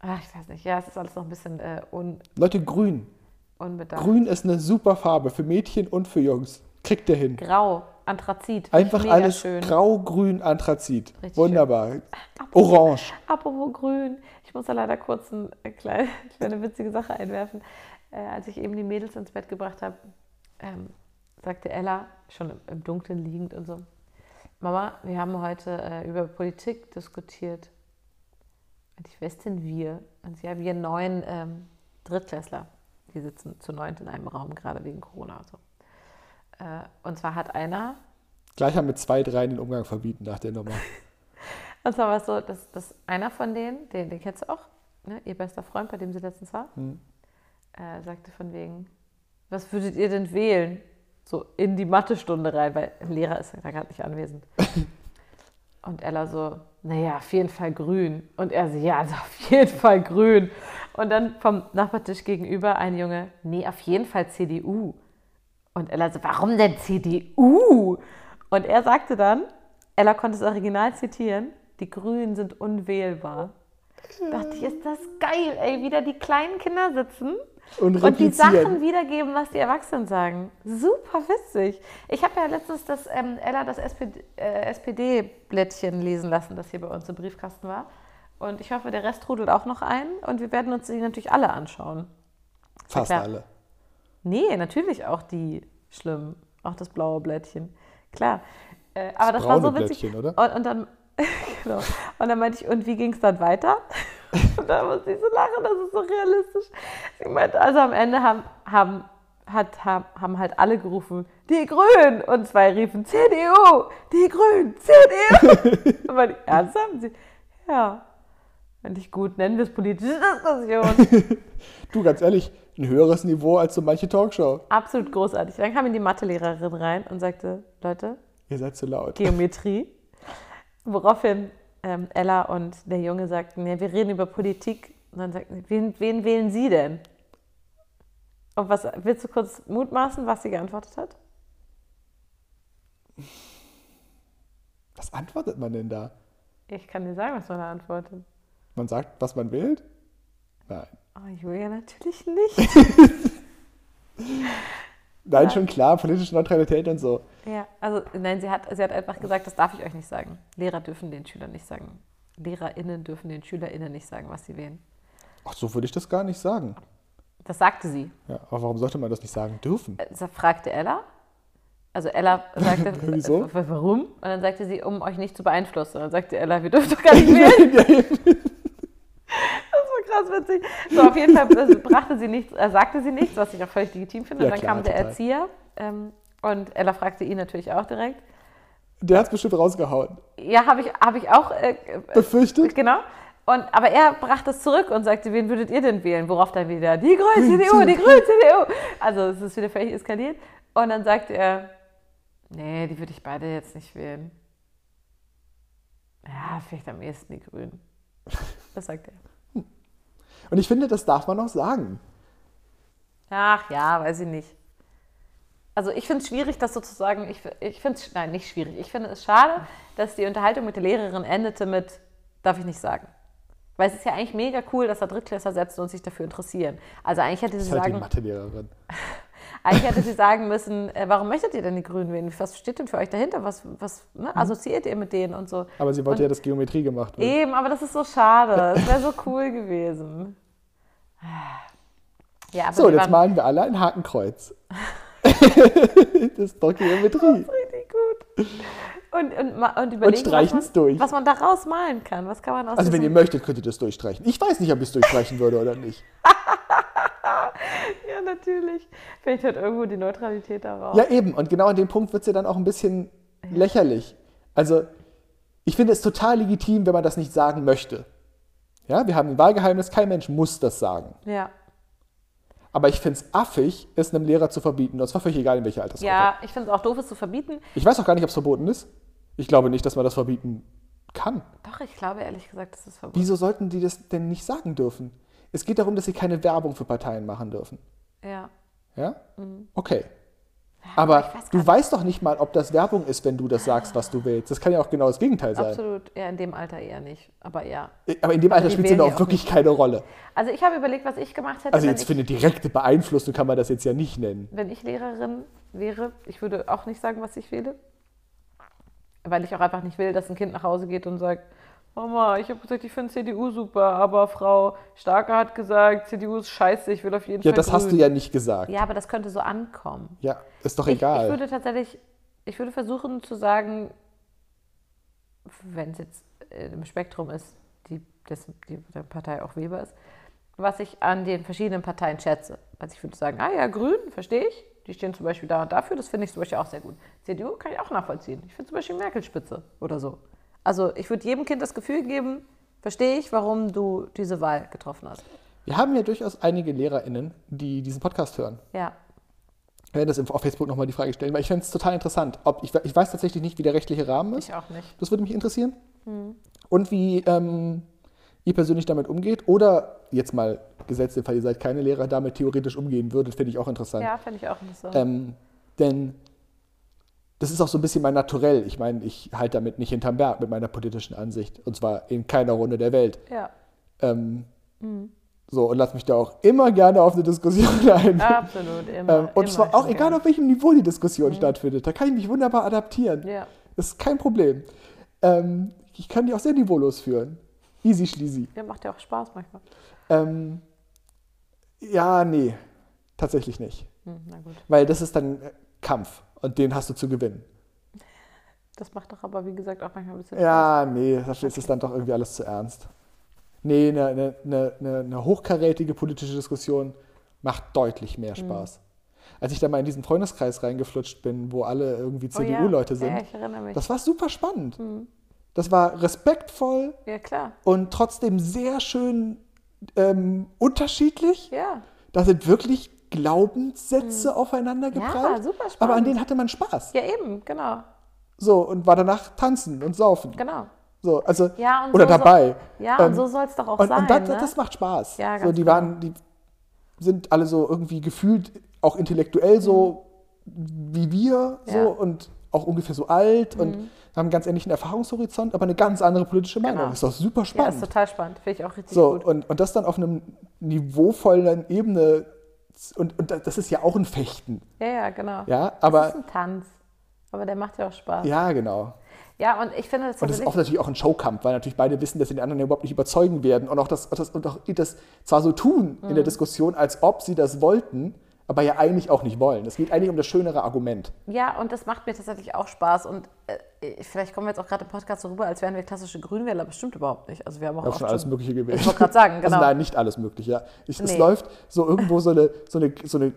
ach, ich weiß nicht. Ja, es ist alles noch ein bisschen äh, un,
Leute, grün.
unbedacht.
Grün ist eine super Farbe für Mädchen und für Jungs. Kriegt ihr hin.
Grau, Anthrazit. Finde ich
Einfach
mega
alles
schön.
grau, grün, anthrazit.
Richtig
Wunderbar. Orange.
Apropos grün, ich muss da leider kurz ein- eine kleine, kleine witzige Sache einwerfen. Äh, als ich eben die Mädels ins Bett gebracht habe, ähm, sagte Ella, schon im, im Dunkeln liegend und so, Mama, wir haben heute äh, über Politik diskutiert. Und ich, wer ist denn wir? Und sie, ja, wir neun ähm, Drittklässler. Die sitzen zu neunt in einem Raum, gerade wegen Corona und so. Äh, und zwar hat einer
Gleich haben wir zwei, drei den Umgang verbieten nach der Nummer.
Und zwar war es so, dass, dass einer von denen, den, den kennst du auch, ne, ihr bester Freund, bei dem sie letztens war, äh, sagte von wegen, was würdet ihr denn wählen? So in die Mathestunde rein, weil ein Lehrer ist ja da gerade nicht anwesend. Und Ella so, naja, auf jeden Fall grün. Und er so, ja, also auf jeden Fall grün. Und dann vom Nachbartisch gegenüber ein Junge, nee, auf jeden Fall CDU. Und Ella so, warum denn CDU? Und er sagte dann, Ella konnte das Original zitieren, die Grünen sind unwählbar. Dachte ich, ist das geil, ey, wieder die kleinen Kinder sitzen
Und
und die
replizieren.
Sachen wiedergeben, was die Erwachsenen sagen. Super witzig. Ich habe ja letztens das, ähm, Ella das SPD, äh, SPD-Blättchen lesen lassen, das hier bei uns im Briefkasten war. Und ich hoffe, der Rest trudelt auch noch ein und wir werden uns die natürlich alle anschauen.
Fast
klar.
alle.
Nee, natürlich auch die schlimm. Auch das blaue Blättchen. Klar. Äh, aber das, war
braune
so witzig.
Blättchen, oder?
Und, und dann. genau. Und dann meinte ich, und wie ging es dann weiter? und da musste ich so lachen, das ist so realistisch. Sie meinte, also am Ende haben, haben, hat, haben, haben halt alle gerufen, die Grünen! Und zwei riefen, CDU! Die Grünen! CDU! und meinte, ich, ernsthaft? Und Sie, ja. Fand ich gut, nennen wir es politische Diskussion.
Du, ganz ehrlich, ein höheres Niveau als so manche Talkshow.
Absolut großartig. Dann kam in die Mathelehrerin rein und sagte, Leute,
Ihr seid zu laut.
Geometrie. Woraufhin ähm, Ella und der Junge sagten, ja, wir reden über Politik. Und dann sagten sie, wen, wen wählen Sie denn? Und was, willst du kurz mutmaßen, was sie geantwortet hat?
Was antwortet man denn da?
Ich kann dir sagen, was man da antwortet.
Man sagt, was man wählt? Nein.
Oh, Julia, natürlich nicht.
Nein, schon klar, politische Neutralität und so.
ja, also nein, sie hat, sie hat einfach gesagt, das darf ich euch nicht sagen. Lehrer dürfen den Schülern nicht sagen. LehrerInnen dürfen den SchülerInnen nicht sagen, was sie wählen.
Ach, so würde ich das gar nicht sagen.
Das sagte sie.
Ja, aber warum sollte man das nicht sagen dürfen?
Sa- fragte Ella. Also Ella sagte,
Wieso?
"W- w- warum? Und dann sagte sie, um euch nicht zu beeinflussen. Und dann sagte Ella, wir dürfen doch gar nicht wählen. das war krass witzig. So, auf jeden Fall äh, brachte sie nichts, äh, sagte sie nichts, was ich auch völlig legitim finde.
Ja,
und dann
klar,
kam der
total.
Erzieher ähm, und Ella fragte ihn natürlich auch direkt.
Der hat es bestimmt rausgehauen.
Ja, habe ich, hab ich auch äh, äh,
Befürchtet?
Genau. Und, aber er brachte es zurück und sagte, wen würdet ihr denn wählen? Worauf dann wieder, die Grünen, CDU, die Grünen, CDU. Also es ist wieder völlig eskaliert. Und dann sagte er, nee, die würde ich beide jetzt nicht wählen. Ja, vielleicht am ehesten die Grünen. Das sagt er.
Und ich finde, das darf man auch sagen.
Ach ja, weiß ich nicht. Also ich finde es schwierig, dass sozusagen, ich, ich finde es, nein, nicht schwierig. Ich finde es schade, dass die Unterhaltung mit der Lehrerin endete mit, darf ich nicht sagen. Weil es ist ja eigentlich mega cool, dass da Drittklässler sitzen und sich dafür interessieren. Also eigentlich hätte sie,
Das ist halt die
sagen,
Mathelehrerin.
eigentlich hätte sie sagen müssen, äh, warum möchtet ihr denn die Grünen wählen? Was steht denn für euch dahinter? Was, was ne, assoziiert ihr mit denen und so?
Aber sie wollte Mhm. ja, dass Geometrie gemacht wird.
Eben, aber das ist so schade. Es wäre so cool gewesen. Ah. Ja, aber
so,
die
und jetzt
waren-
malen wir alle ein Hakenkreuz. das ist doch Geometrie.
richtig gut. Und, und
ma- und überlegen, was
streichen
man,
es durch.
was man daraus malen kann. Was kann man aus
Also wenn ihr
diesem-
möchtet, könnt ihr das durchstreichen. Ich weiß nicht, ob ich es durchstreichen würde oder nicht.
Ja, natürlich. Fällt halt irgendwo die Neutralität darauf.
Ja, eben. Und genau an dem Punkt wird es ja dann auch ein bisschen lächerlich. Also, ich finde es total legitim, wenn man das nicht sagen möchte. Ja, wir haben ein Wahlgeheimnis, kein Mensch muss das sagen.
Ja,
Aber ich finde es affig, es einem Lehrer zu verbieten. Und zwar völlig egal, in welcher Altersgruppe.
ja ich finde es auch doof, es zu verbieten.
Ich weiß auch gar nicht, ob es verboten ist. Ich glaube nicht, dass man das verbieten kann.
Doch, ich glaube ehrlich gesagt, das ist verboten.
Wieso sollten die das denn nicht sagen dürfen? Es geht darum, dass sie keine Werbung für Parteien machen dürfen.
Ja.
Ja?
Mhm.
Okay. Aber du weißt doch nicht mal, ob das Werbung ist, wenn du das sagst, was du willst. Das kann ja auch genau das Gegenteil sein.
Absolut, ja, in dem Alter eher nicht. Aber ja.
Aber in dem Alter
die
spielt es
wählen
dann
ja
auch
auch
wirklich keine Rolle.
Also ich habe überlegt, was ich gemacht hätte,
Also
wenn,
jetzt für
ich,
eine direkte Beeinflussung kann man das jetzt ja nicht nennen.
wenn ich Lehrerin wäre. Ich würde auch nicht sagen, was ich wähle. Weil ich auch einfach nicht will, dass ein Kind nach Hause geht und sagt, Mama, ich habe gesagt, ich finde CDU super, aber Frau Starke hat gesagt, CDU ist scheiße, ich will auf jeden
Ja,
Fall
das hast du
grün.
ja nicht gesagt.
Ja, aber das könnte so ankommen.
Ja, ist doch
Ich, ich
egal.
würde tatsächlich, ich würde versuchen zu sagen, wenn es jetzt äh, im Spektrum ist, die, das, die der Partei auch wählbar ist, was ich an den verschiedenen Parteien schätze. Also ich würde sagen, ah ja, Grün, verstehe ich. Die stehen zum Beispiel da und dafür, das finde ich zum Beispiel auch sehr gut. CDU kann ich auch nachvollziehen. Ich finde zum Beispiel Merkel spitze oder so. Also ich würde jedem Kind das Gefühl geben, verstehe ich, warum du diese Wahl getroffen hast.
Wir haben ja durchaus einige LehrerInnen, die diesen Podcast hören.
Ja,
Wir werden das im- auf Facebook nochmal die Frage stellen, weil ich fände es total interessant. Ob, ich, we- ich weiß tatsächlich nicht, wie der rechtliche Rahmen ist.
ich auch nicht.
Das würde mich interessieren.
Hm.
Und wie ähm, ihr persönlich damit umgeht. Oder jetzt mal gesetzt den Fall, ihr seid keine Lehrer, damit theoretisch umgehen würdet, finde ich auch interessant.
Ja, finde ich auch interessant.
Ähm, denn das ist auch so ein bisschen mein Naturell. Ich meine, ich halte damit nicht hinterm Berg mit meiner politischen Ansicht. Und zwar in keiner Runde der Welt.
Ja,
Ähm, So, und lass mich da auch immer gerne auf eine Diskussion ein.
absolut. Immer,
ähm, und
Ah, immer Mhm.
zwar auch
schon
egal,
gern.
auf welchem Niveau die Diskussion stattfindet. Da kann ich mich wunderbar adaptieren.
Ja.
Das ist kein Problem. Ähm, ich kann die auch sehr niveaulos führen. Easy schleasy.
Ja, macht ja auch Spaß manchmal.
Ähm, ja, nee, tatsächlich nicht.
Hm, na gut.
Weil das ist dann äh, Kampf und den hast du zu gewinnen.
Das macht doch aber, wie gesagt, auch manchmal ein bisschen Spaß.
Ja, nee, dafür ist es dann doch irgendwie alles zu ernst. Nee, eine, eine, eine, eine, eine hochkarätige politische Diskussion macht deutlich mehr
Hm.
Spaß. Als ich da mal in diesen Freundeskreis reingeflutscht bin, wo alle irgendwie
Oh ja.
CDU-Leute sind,
Ja, ich Hm. erinnere mich.
das war super spannend. Das war respektvoll
ja, klar.
und trotzdem sehr schön ähm, unterschiedlich.
Ja. Hm.
Da sind wirklich Glaubenssätze aufeinander geprallt.
super
Aber an
spannend.
denen hatte man Spaß.
Ja, eben, genau.
So, und war danach tanzen und saufen.
Genau.
So, also,
Ja, und
oder
so
dabei.
So, ja,
Ähm,
und so soll es doch auch
und,
sein.
und das,
ne?
das macht Spaß.
Ja,
so,
ganz
die
genau.
waren, die sind alle so irgendwie gefühlt auch intellektuell so wie wir so
Mhm. Ja. Mhm.
und auch ungefähr so alt und haben einen ganz ähnlichen Erfahrungshorizont, aber eine ganz andere politische Meinung.
Genau.
Ist doch super
ja, ist
spannend.
total spannend. Finde ich auch richtig
so,
gut.
und, und das dann auf einem niveauvollen Ebene z- und, und das ist ja auch ein Fechten.
Ja, ja, genau.
Ja,
das ist
aber
ein Tanz. Aber der macht ja auch Spaß. Ja,
ja, genau.
und ich finde das
Und das ist
tatsächlich-
oft natürlich auch ein Showkampf, weil natürlich beide wissen, dass sie den anderen überhaupt nicht überzeugen werden und auch das, das, und auch das zwar so tun in
Mhm.
der Diskussion, als ob sie das wollten, aber ja eigentlich auch nicht wollen. Es geht eigentlich um das schönere Argument.
Ja, und das macht mir tatsächlich auch Spaß. Und äh, vielleicht kommen wir jetzt auch gerade im Podcast so rüber, als wären wir klassische Grünwähler. Bestimmt überhaupt nicht. Also wir haben auch
Das
oft
ist schon alles Mögliche gewesen.
Ich wollte gerade sagen, genau.
Also nein, nicht alles Mögliche. Ja. Ich, Es
Nee.
läuft so irgendwo so eine, so eine, so eine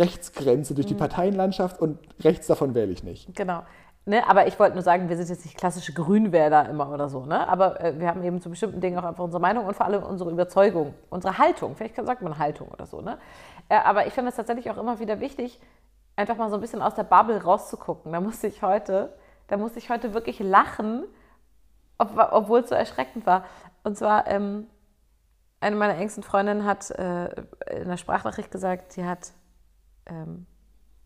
Links-Rechts-Grenze durch die
Mhm.
Parteienlandschaft und rechts davon wähle ich nicht.
Genau. Ne, aber ich wollte nur sagen, wir sind jetzt nicht klassische Grünwähler immer oder so, ne? Aber äh, wir haben eben zu bestimmten Dingen auch einfach unsere Meinung und vor allem unsere Überzeugung, unsere Haltung. Vielleicht kann- sagt man Haltung oder so, ne? Äh, aber ich finde es tatsächlich auch immer wieder wichtig, einfach mal so ein bisschen aus der Bubble rauszugucken. Da musste ich heute, da musste ich heute wirklich lachen, ob, obwohl es so erschreckend war. Und zwar, ähm, eine meiner engsten Freundinnen hat äh, in der Sprachnachricht gesagt, sie hat ähm,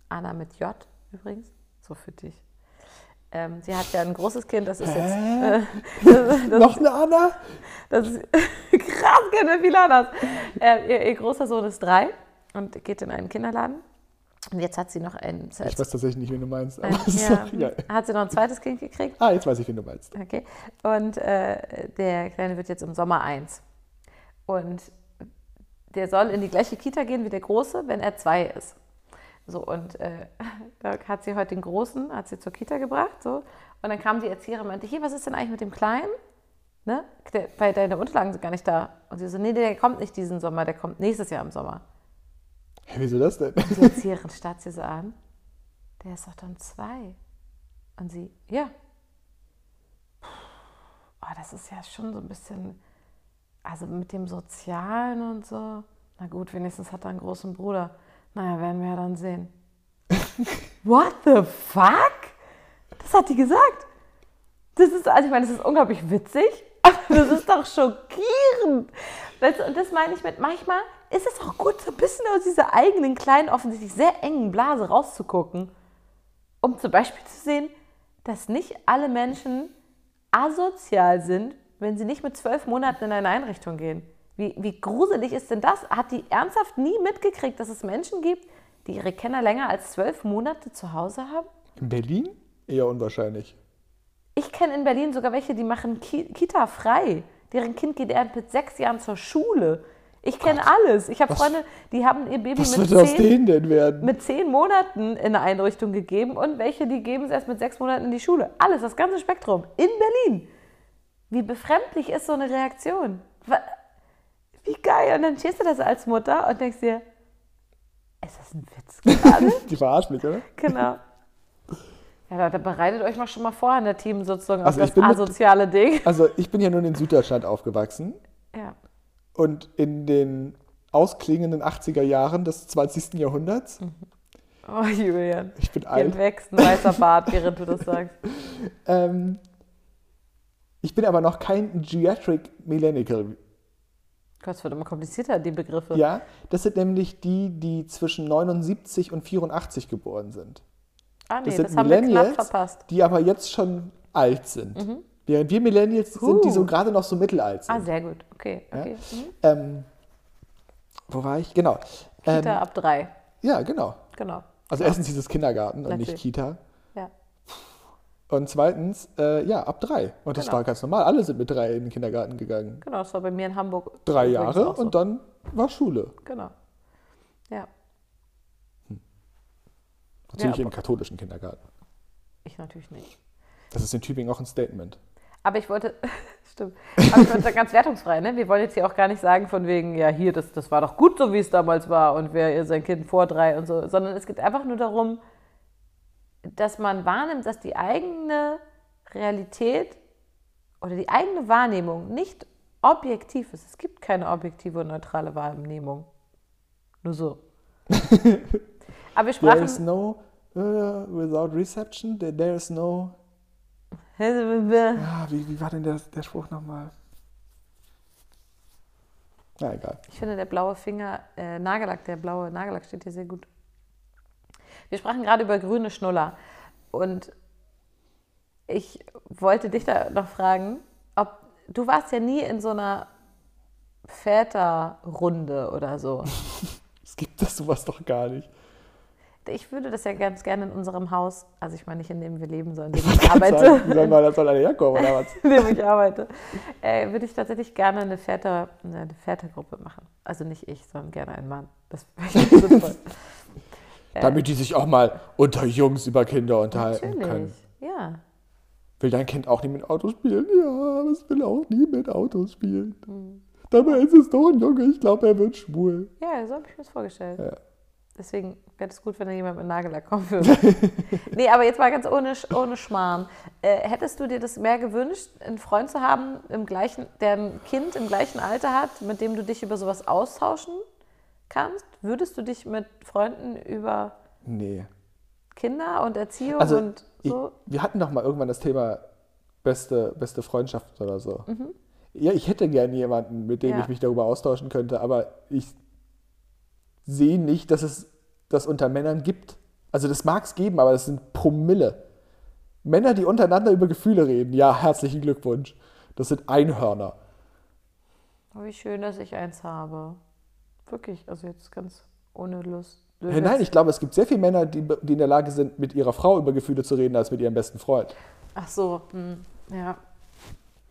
Anna mit J übrigens, so für dich. Ähm, sie hat ja ein großes Kind, das ist jetzt.
Hä?
äh, Das, das,
Äh? Noch eine Anna?
das ist krass, kennen wir viel anders. Äh, ihr, ihr großer Sohn ist drei und geht in einen Kinderladen. Und jetzt hat sie noch ein.
Ich weiß tatsächlich nicht, wen du meinst.
ein
Aber es ist
ja,
doch egal.
hat sie noch ein zweites Kind gekriegt.
Ah, jetzt weiß ich, wen du meinst.
Okay. Und äh, der Kleine wird jetzt im Sommer eins. Und der soll in die gleiche Kita gehen wie der Große, wenn er zwei ist. So, und äh, da hat sie heute den Großen, hat sie zur Kita gebracht, so. Und dann kam die Erzieherin und meinte, hier, was ist denn eigentlich mit dem Kleinen? Ne? Der, weil deine Unterlagen sind gar nicht da. Und sie so, nee, der kommt nicht diesen Sommer, der kommt nächstes Jahr im Sommer.
Hä, wieso das denn?
Die Erzieherin starrt sie so an. Der ist doch dann zwei. Und sie, ja. Puh, Oh, das ist ja schon so ein bisschen, also mit dem Sozialen und so. Na gut, wenigstens hat er einen großen Bruder. Naja, werden wir ja dann sehen. What the fuck? Das hat die gesagt. Das ist, also ich meine, das ist unglaublich witzig, aber das ist doch schockierend. Weißt du, und das meine ich mit, manchmal ist es auch gut, so ein bisschen aus dieser eigenen kleinen, offensichtlich sehr engen Blase rauszugucken, um zum Beispiel zu sehen, dass nicht alle Menschen asozial sind, wenn sie nicht mit zwölf Monaten in eine Einrichtung gehen. Wie, wie gruselig ist denn das? Hat die ernsthaft nie mitgekriegt, dass es Menschen gibt, die ihre Kinder länger als zwölf Monate zu Hause haben?
In Berlin? Eher unwahrscheinlich.
Ich kenne in Berlin sogar welche, die machen Ki Kita frei. Deren Kind geht erst mit sechs Jahren zur Schule. Ich kenne alles. Ich habe
Was-
Freunde, die haben ihr Baby
Was
mit
wird aus
zehn,
denen denn werden?
mit zehn Monaten in eine Einrichtung gegeben und welche, die geben es erst mit sechs Monaten in die Schule. Alles, das ganze Spektrum. In Berlin. Wie befremdlich ist so eine Reaktion? Wa- Wie geil. Und dann stehst du das als Mutter und denkst dir, ist das ein Witz gerade?
Die verarschen mich, oder?
Genau. Ja, Leute, bereitet euch mal schon mal vor an der Teamsitzung auf
Also ich
das
bin mit-
asoziale Ding.
Also, ich bin ja nun in Süddeutschland aufgewachsen
Ja.
und in den ausklingenden 80er Jahren des 20. Jahrhunderts.
Oh, Julian.
Ich bin
Hier
alt.
wächst ein weißer Bart, während du das sagst.
Ähm, ich bin aber noch kein Geriatric
Hm.
Millennial.
Gott, es wird immer komplizierter, die Begriffe.
Ja, das sind nämlich die, die zwischen 79 und 84 geboren sind.
ah, nee,
Das
das,
sind
haben wir knapp
Millennials,
verpasst.
die aber jetzt schon alt sind. Während wir Millennials sind, die so
Mhm. Huh.
gerade noch so mittelalt
Ah,
sind.
sehr gut. Okay,
Ja.
okay. Mhm.
Ähm, wo war ich? Genau. Ähm,
Kita ab drei.
ja, genau.
Genau.
Also erstens dieses Kindergarten und nicht
Natürlich.
Kita.
Ja.
Und zweitens, äh, ja, ab drei. Und das
Genau.
war ganz normal. Alle sind mit drei in den Kindergarten gegangen.
Genau, das war bei mir in Hamburg.
Drei
übrigens
Jahre
auch so.
und dann war Schule.
Genau. Ja,
Natürlich
Ja,
im katholischen Kindergarten.
ich natürlich nicht.
Das ist in Tübingen auch ein Statement.
Aber ich wollte, stimmt, aber ich wollte ganz wertungsfrei, ne? Wir wollen jetzt hier auch gar nicht sagen von wegen, ja, hier, das, das war doch gut, so wie es damals war und wer ihr sein Kind vor drei und so, sondern es geht einfach nur darum, dass man wahrnimmt, dass die eigene Realität oder die eigene Wahrnehmung nicht objektiv ist. Es gibt keine objektive und neutrale Wahrnehmung. Nur so. Aber wir
There is
sprachen.
no, äh, without reception, there- there is no Ah, wie, wie war denn der, der Spruch nochmal? Na egal.
Ich finde, der blaue Finger, äh, Nagellack, der blaue Nagellack steht hier sehr gut. Wir sprachen gerade über grüne Schnuller. Und ich wollte dich da noch fragen, ob du warst ja nie in so einer Väterrunde oder so.
Es gibt das sowas doch gar nicht.
Ich würde das ja ganz gerne in unserem Haus, also ich meine nicht in dem wir leben, sondern in dem
Ich
ich
kann
arbeite.
sagen, Wie soll man da soll einer herkommen oder was?
in dem ich arbeite, äh, würde ich tatsächlich gerne eine Väter, eine Vätergruppe machen. Also nicht ich, sondern gerne ein Mann. Das wäre sinnvoll.
Damit die sich auch mal unter Jungs über Kinder unterhalten
Natürlich,
können.
ja.
Will dein Kind auch nie mit Autos spielen? Ja, aber es will auch nie mit Autos spielen.
Mhm.
Dabei ist es doch ein Junge, ich glaube, er wird schwul.
Ja, so habe ich mir das vorgestellt.
Ja.
Deswegen wäre es gut, wenn da jemand mit Nagellack kommt. Für nee, aber jetzt mal ganz ohne, Sch- ohne Schmarrn. Äh, hättest du dir das mehr gewünscht, einen Freund zu haben, im gleichen, der ein Kind im gleichen Alter hat, mit dem du dich über sowas austauschen kannst? Würdest du dich mit Freunden über
Nee.
Kinder und Erziehung
Also,
und so?
ich, wir hatten doch mal irgendwann das Thema beste, beste Freundschaft oder so. Ja, ich hätte gerne jemanden, mit dem
Mhm. Ja.
ich mich darüber austauschen könnte, aber ich sehe nicht, dass es das unter Männern gibt. Also das mag es geben, aber das sind Promille. Männer, die untereinander über Gefühle reden, ja, herzlichen Glückwunsch. Das sind Einhörner.
Oh, wie schön, dass ich eins habe. Wirklich, also jetzt ganz ohne Lust.
Hey, nein, ich glaube, es gibt sehr viele Männer, die, die in der Lage sind, mit ihrer Frau über Gefühle zu reden, als mit ihrem besten Freund.
Ach so, hm, ja.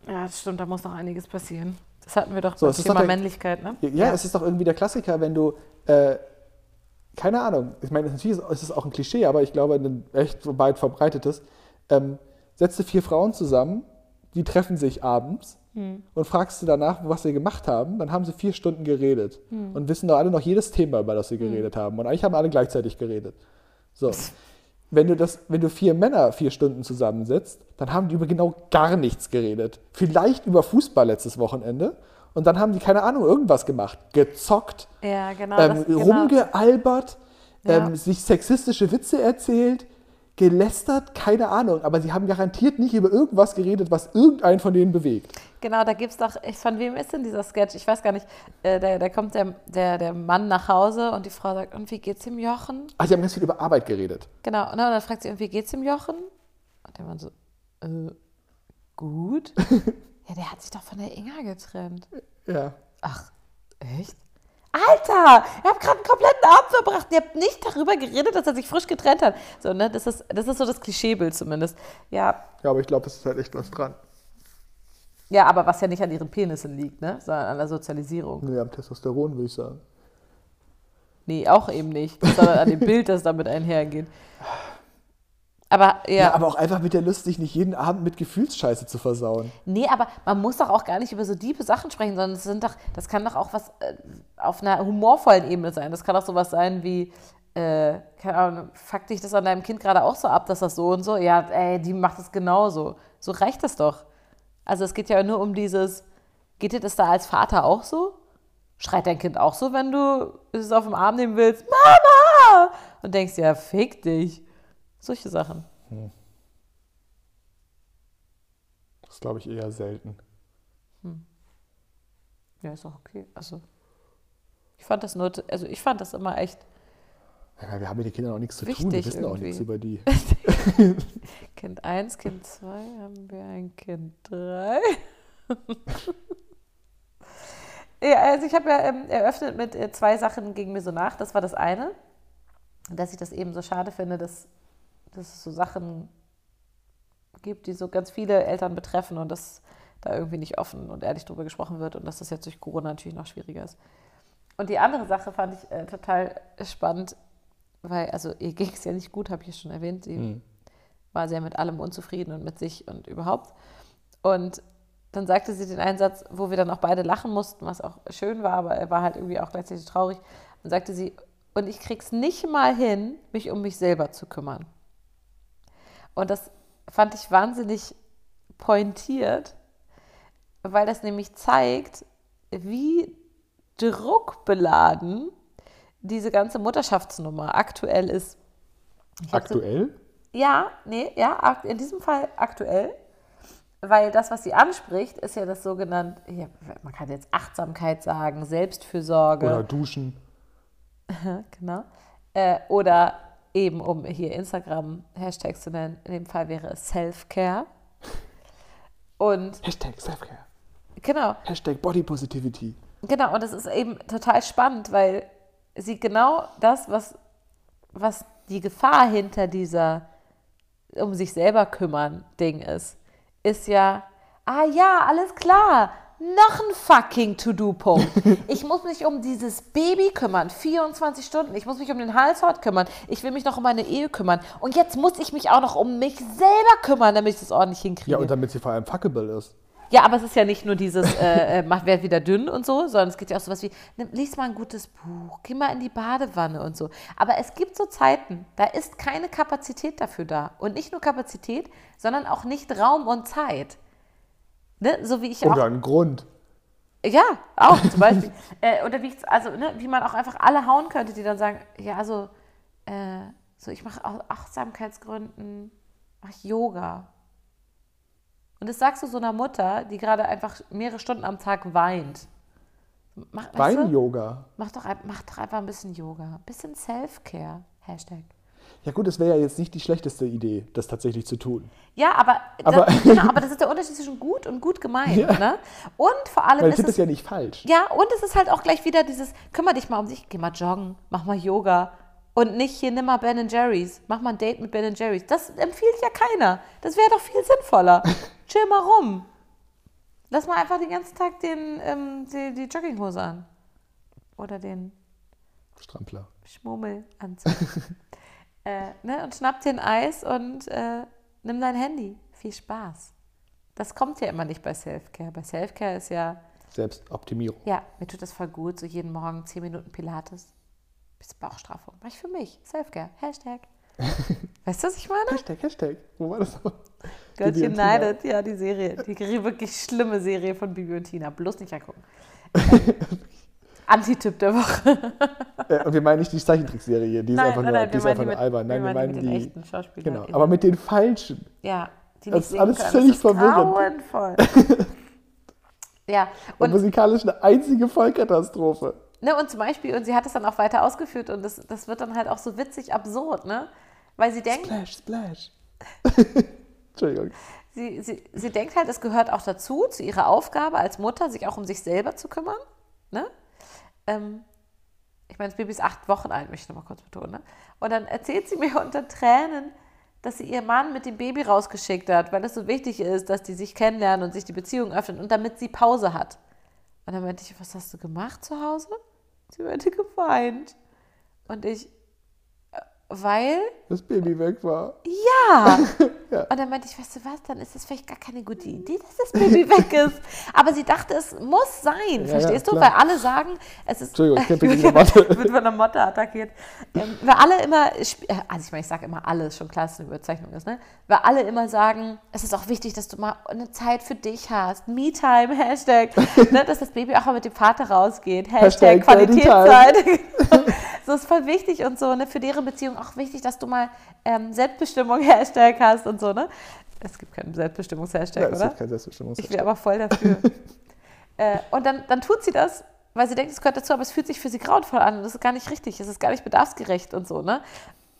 Ja, das stimmt, da muss noch einiges passieren. Das hatten wir doch
So,
beim
es ist
Thema
doch der-
Männlichkeit, ne?
Ja, es ist doch irgendwie der Klassiker, wenn du äh, keine Ahnung, ich meine, natürlich ist es auch ein Klischee, aber ich glaube, ein echt weit verbreitetes, ähm, setzt du vier Frauen zusammen, die treffen sich abends und fragst du danach, was sie gemacht haben, dann haben sie vier Stunden geredet und wissen doch alle noch jedes Thema, über das sie geredet haben. Und eigentlich haben alle gleichzeitig geredet. So. Wenn du, das, wenn du vier Männer vier Stunden zusammensetzt, dann haben die über genau gar nichts geredet. Vielleicht über Fußball letztes Wochenende. Und dann haben die, keine Ahnung, irgendwas gemacht. Gezockt,
Ja, genau.
ähm, rumgealbert,
Ja.
ähm, sich sexistische Witze erzählt, gelästert, keine Ahnung. Aber sie haben garantiert nicht über irgendwas geredet, was irgendeinen von denen bewegt.
Genau, da gibt's doch, ich, von wem ist denn dieser Sketch? Ich weiß gar nicht. Äh, da, da kommt der, der, der Mann nach Hause und die Frau sagt, und wie geht's dem Jochen?
Ach, die Also haben ganz viel über Arbeit geredet.
Genau, und dann fragt sie, und wie geht's dem Jochen? Und der Mann so, äh, gut? ja, der hat sich doch von der Inga getrennt.
Ja.
Ach, echt? Alter, ihr habt gerade einen kompletten Abend verbracht. Ihr habt nicht darüber geredet, dass er sich frisch getrennt hat. So, ne, das ist, das ist so das Klischeebild zumindest. Ja,
Ja, aber ich glaube, es ist halt echt was dran.
ja, aber was ja nicht an ihren Penissen liegt, ne, sondern an der Sozialisierung.
Nee, am Testosteron würde ich sagen.
Nee, auch eben nicht, sondern an dem Bild, das damit einhergeht. Aber ja,
Ja, aber auch einfach mit der Lust, sich nicht jeden Abend mit Gefühlsscheiße zu versauen.
nee, aber man muss doch auch gar nicht über so diebe Sachen sprechen, sondern es sind doch, das kann doch auch was äh, auf einer humorvollen Ebene sein. Das kann auch sowas sein wie, äh, keine Ahnung, fuck dich das an deinem Kind gerade auch so ab, dass das so und so, ja, ey, die macht das genauso. So reicht das doch. Also es geht ja nur um dieses, geht dir das da als Vater auch so? Schreit dein Kind auch so, wenn du es auf den Arm nehmen willst, Mama! Und denkst, ja, fick dich. Solche Sachen.
Das glaube ich eher selten.
Ja, ist auch okay. Also, ich fand das nur, also ich fand das immer echt,
Ja, wir haben mit den Kindern auch nichts zu tun, wir
Wichtig
wissen auch
irgendwie.
nichts über die.
Kind 1, Kind 2, haben wir ein Kind 3. ja, also ich habe ja ähm, eröffnet mit äh, zwei Sachen gegen mir so nach. Das war das eine, dass ich das eben so schade finde, dass, dass es so Sachen gibt, die so ganz viele Eltern betreffen und dass da irgendwie nicht offen und ehrlich drüber gesprochen wird und dass das jetzt durch Corona natürlich noch schwieriger ist. Und die andere Sache fand ich äh, total spannend, weil, also ihr ging es ja nicht gut, habe ich ja schon erwähnt. Sie war sehr mit allem unzufrieden und mit sich und überhaupt. Und dann sagte sie den einen Satz, wo wir dann auch beide lachen mussten, was auch schön war, aber er war halt irgendwie auch gleichzeitig traurig. Dann sagte sie, und ich krieg's nicht mal hin, mich um mich selber zu kümmern. Und das fand ich wahnsinnig pointiert, weil das nämlich zeigt, wie druckbeladen diese ganze Mutterschaftsnummer aktuell ist. Ich hab so-
Aktuell?
ja, nee, ja, ak- in diesem Fall aktuell. Weil das, was sie anspricht, ist ja das sogenannte, ja, man kann jetzt Achtsamkeit sagen, Selbstfürsorge.
Oder duschen.
Genau. Äh, oder eben, um hier Instagram-Hashtags zu nennen, in dem Fall wäre es Self-Care. Und
Hashtag Selfcare.
genau,
Hashtag Body Positivity.
Genau, und das ist eben total spannend, weil sie genau das, was, was die Gefahr hinter dieser um sich selber kümmern Ding ist, ist ja, ah ja, alles klar, noch ein fucking To-Do-Punkt. Ich muss mich um dieses Baby kümmern, 24 Stunden. Ich muss mich um den Halshort kümmern. Ich will mich noch um meine Ehe kümmern. Und jetzt muss ich mich auch noch um mich selber kümmern, damit ich das ordentlich hinkriege.
Ja, und damit sie vor allem fuckable ist.
Ja, aber es ist ja nicht nur dieses, äh, äh, mach, werd wieder dünn und so, sondern es geht ja auch sowas wie, nimm, lies mal ein gutes Buch, geh mal in die Badewanne und so. Aber es gibt so Zeiten, da ist keine Kapazität dafür da. Und nicht nur Kapazität, sondern auch nicht Raum und Zeit. Ne? So wie ich auch
Oder ein Grund.
ja, auch zum Beispiel. äh, oder wie, ich, also, ne, wie man auch einfach alle hauen könnte, die dann sagen, ja, also, äh, so ich mache aus Achtsamkeitsgründen, mache ich Yoga. Und das sagst du so einer Mutter, die gerade einfach mehrere Stunden am Tag weint. Mach, weißt du,
Wein-Yoga.
mach, doch, ein- mach doch einfach ein bisschen Yoga. Ein bisschen Self-Care. Hashtag.
Ja gut, das wäre ja jetzt nicht die schlechteste Idee, das tatsächlich zu tun.
Ja, aber,
Aber-
das, genau, aber das ist der Unterschied zwischen gut und gut gemeint. Ne? Und vor allem
Weil ich
ist
finde
es
das ja nicht falsch.
Ja, und es ist halt auch gleich wieder dieses, kümmere dich mal um dich, geh mal joggen, mach mal Yoga. Und nicht hier nimm mal Ben Jerry's, mach mal ein Date mit Ben Jerry's. Das empfiehlt ja keiner. Das wäre doch viel sinnvoller. Chill mal rum. Lass mal einfach den ganzen Tag den, ähm, die, die Jogginghose an. Oder den
Strampler.
Schmummelanzug. äh, ne, und schnapp dir ein Eis und äh, nimm dein Handy. Viel Spaß. Das kommt ja immer nicht bei Selfcare. Bei Selfcare ist ja,
Selbstoptimierung.
ja, mir tut das voll gut, so jeden Morgen 10 Minuten Pilates. Bis Bauchstraffung. Mach ich für mich. Selfcare. Hashtag. weißt du, was ich meine?
Hashtag, Hashtag. Wo war das?
Girls
Bibi und Tina.
United, ja, die Serie. Die wirklich schlimme Serie von Bibi und Tina. Bloß nicht angucken. Ähm, Antityp der Woche.
Äh, und wir meinen nicht die Zeichentrickserie, die ist
Nein,
einfach nur,
nein, nein,
die ist
wir meinen
einfach nur
die mit-
albern. Nein, wir meinen
mit den
die.
echten Schauspielern.
Genau, aber mit den falschen.
Ja, die
Das
nicht
ist
singen
alles
können.
völlig
das ist
verwirrend.
Grauenvoll. ja,
Und
und,
musikalisch eine einzige Vollkatastrophe.
ne, und zum Beispiel, und sie hat es dann auch weiter ausgeführt und das, das wird dann halt auch so witzig absurd, ne? Weil sie denkt,
Splash, splash. Entschuldigung.
sie, sie, sie denkt halt, es gehört auch dazu, zu ihrer Aufgabe als Mutter, sich auch um sich selber zu kümmern. Ne? Ähm, ich meine, das Baby ist acht Wochen alt, möchte ich nochmal kurz betonen. Ne? Und dann erzählt sie mir unter Tränen, dass sie ihr Mann mit dem Baby rausgeschickt hat, weil es so wichtig ist, dass die sich kennenlernen und sich die Beziehung öffnen und damit sie Pause hat. Und dann meinte ich, was hast du gemacht zu Hause? Sie meinte, geweint. Und ich, äh, weil
Das Baby weg war.
ja. Und dann meinte ich, weißt du was, dann ist das vielleicht gar keine gute Idee, dass das Baby weg ist. Aber sie dachte, es muss sein,
ja,
verstehst du?
klar.
Weil alle sagen, es ist...
Entschuldigung, ich kämpfe gegen eine Motte.
Wird von einer Motte attackiert. Ähm, weil alle immer, sp- äh, also ich meine, ich sage immer alle, ist schon klar, dass es eine Überzeichnung ist, ne? Weil alle immer sagen, es ist auch wichtig, dass du mal eine Zeit für dich hast. Me-Time, Hashtag. ne? Dass das Baby auch mal mit dem Vater rausgeht. Hashtag,
Hashtag
Qualitätszeit. so ist voll wichtig und so, ne? Für deren Beziehung auch wichtig, dass du mal ähm, Selbstbestimmung Hashtag hast und so, ne? Es gibt keinen Selbstbestimmungs-Hashtag,
Ja, es
oder?
gibt keine Selbstbestimmung.
Ich wäre aber voll dafür. äh, und dann, dann tut sie das, weil sie denkt, es gehört dazu, aber es fühlt sich für sie grauenvoll an und das ist gar nicht richtig, es ist gar nicht bedarfsgerecht und so, ne?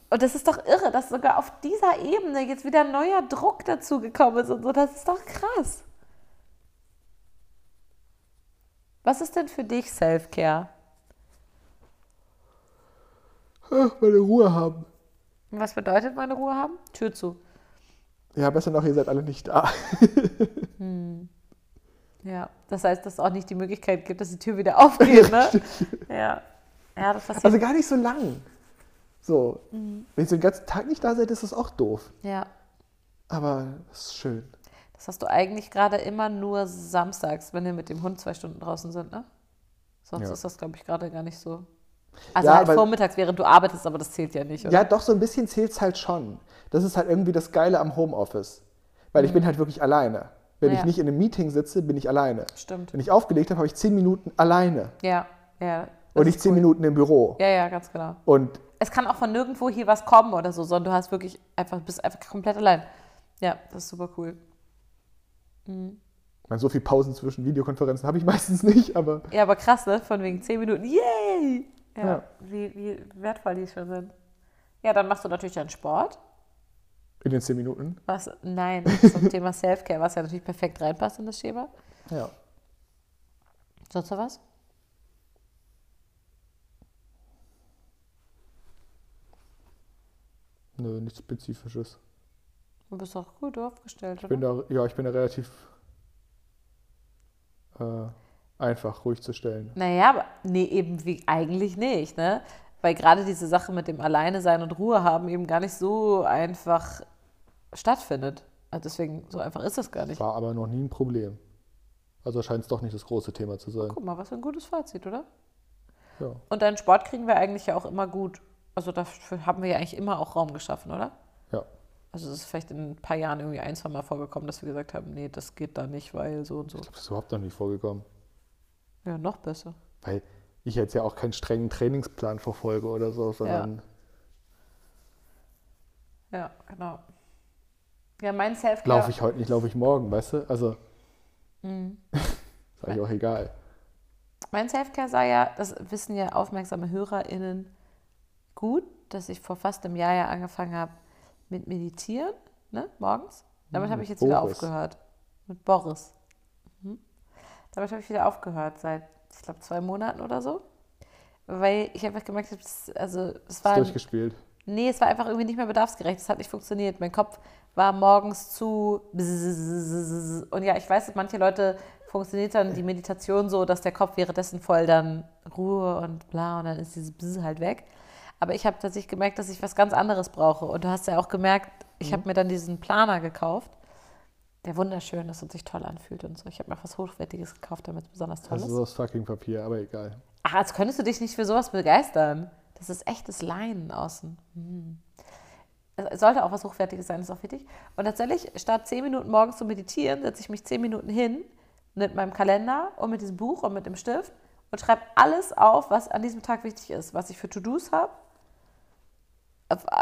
Und das ist doch irre, dass sogar auf dieser Ebene jetzt wieder ein neuer Druck dazu gekommen ist und so, das ist doch krass. Was ist denn für dich Self-Care?
Ach, meine Ruhe haben.
Und Was bedeutet meine Ruhe haben? Tür zu.
Ja, besser noch, ihr seid alle nicht da.
Ja, das heißt, dass es auch nicht die Möglichkeit gibt, dass die Tür wieder aufgeht, ne? ja. Ja, das passiert.
Also gar nicht so lang. So.
Mhm.
Wenn ihr so den ganzen Tag nicht da seid, ist das auch doof.
ja.
Aber es ist schön.
Das hast du eigentlich gerade immer nur samstags, wenn wir mit dem Hund zwei Stunden draußen sind, ne? Sonst
Ja.
ist das, glaube ich, gerade gar nicht so. Also
Ja,
halt
aber-
vormittags, während du arbeitest, aber das zählt ja nicht, oder?
Ja, doch, so ein bisschen zählt es halt schon. Das ist halt irgendwie das Geile am Homeoffice. Weil ich bin halt wirklich alleine. Wenn
Mhm. Ja.
ich nicht in einem Meeting sitze, bin ich alleine.
Stimmt.
Wenn ich aufgelegt habe, habe ich zehn Minuten alleine.
Ja, ja.
und nicht zehn Minuten im Büro.
Ja, ja, ganz genau.
Und
Es kann auch von nirgendwo hier was kommen oder so, sondern du hast wirklich einfach, bist einfach komplett allein. Ja, das ist super cool.
ich meine, so viel Pausen zwischen Videokonferenzen habe ich meistens nicht, aber
Ja, aber krass, ne? Von wegen 10 Minuten. Yay! Ja,
Ja.
Wie, wie wertvoll die schon sind. Ja, dann machst du natürlich deinen Sport.
in den zehn Minuten.
Was? Nein, zum Thema Self-Care, was ja natürlich perfekt reinpasst in das Schema.
Ja.
Sonst noch was?
Nö, nichts Spezifisches.
Du bist doch gut aufgestellt,
Ich bin
oder?
da, ja, ich bin da relativ äh, einfach ruhig zu stellen.
Naja, aber nee, eben wie eigentlich nicht, ne? Weil gerade diese Sache mit dem Alleine sein und Ruhe haben eben gar nicht so einfach stattfindet. Also deswegen, so einfach ist das gar nicht.
War aber noch nie ein Problem. Also scheint es doch nicht das große Thema zu sein.
Guck mal, was für ein gutes Fazit, oder?
Ja.
Und deinen Sport kriegen wir eigentlich ja auch immer gut. Also dafür haben wir ja eigentlich immer auch Raum geschaffen, oder?
ja.
Also es ist vielleicht in ein paar Jahren irgendwie ein, zwei Mal vorgekommen, dass wir gesagt haben, nee, das geht da nicht, weil so und so.
Ich glaube, das ist überhaupt noch nie vorgekommen.
Ja, noch besser.
Weil ich jetzt ja auch keinen strengen Trainingsplan verfolge oder so, sondern
Ja, genau. Ja, mein Self-Care.
laufe ich heute nicht, laufe ich morgen, weißt du? Also. ist eigentlich auch egal.
Mein Selfcare sei ja, das wissen ja aufmerksame HörerInnen gut, dass ich vor fast einem Jahr ja angefangen habe mit Meditieren, ne, morgens. Damit habe ich jetzt wieder
Hm, Boris.
aufgehört. Mit Boris. Mhm. Damit habe ich wieder aufgehört seit, ich glaube, zwei Monaten oder so. Weil ich einfach gemerkt habe, das- also es war
Ist
ein
durchgespielt.
Nee, es war einfach irgendwie nicht mehr bedarfsgerecht. Es hat nicht funktioniert. Mein Kopf war morgens zu. bzzz. Und ja, ich weiß, dass manche Leute funktioniert dann die Meditation so, dass der Kopf währenddessen voll dann Ruhe und bla und dann ist dieses Bzz halt weg. Aber ich habe tatsächlich gemerkt, dass ich was ganz anderes brauche. Und du hast ja auch gemerkt, ich habe mir dann diesen Planer gekauft, der wunderschön ist und sich toll anfühlt und so. Ich habe mir auch was Hochwertiges gekauft, damit es besonders toll
Das ist
ist.
aus fucking Papier, aber egal.
Ach, als könntest du dich nicht für sowas begeistern. Das ist echtes Leinen außen. Hm. Es sollte auch was Hochwertiges sein, ist auch wichtig. Und tatsächlich, statt 10 Minuten morgens zu meditieren, setze ich mich 10 Minuten hin mit meinem Kalender und mit diesem Buch und mit dem Stift und schreibe alles auf, was an diesem Tag wichtig ist, was ich für To-Dos habe,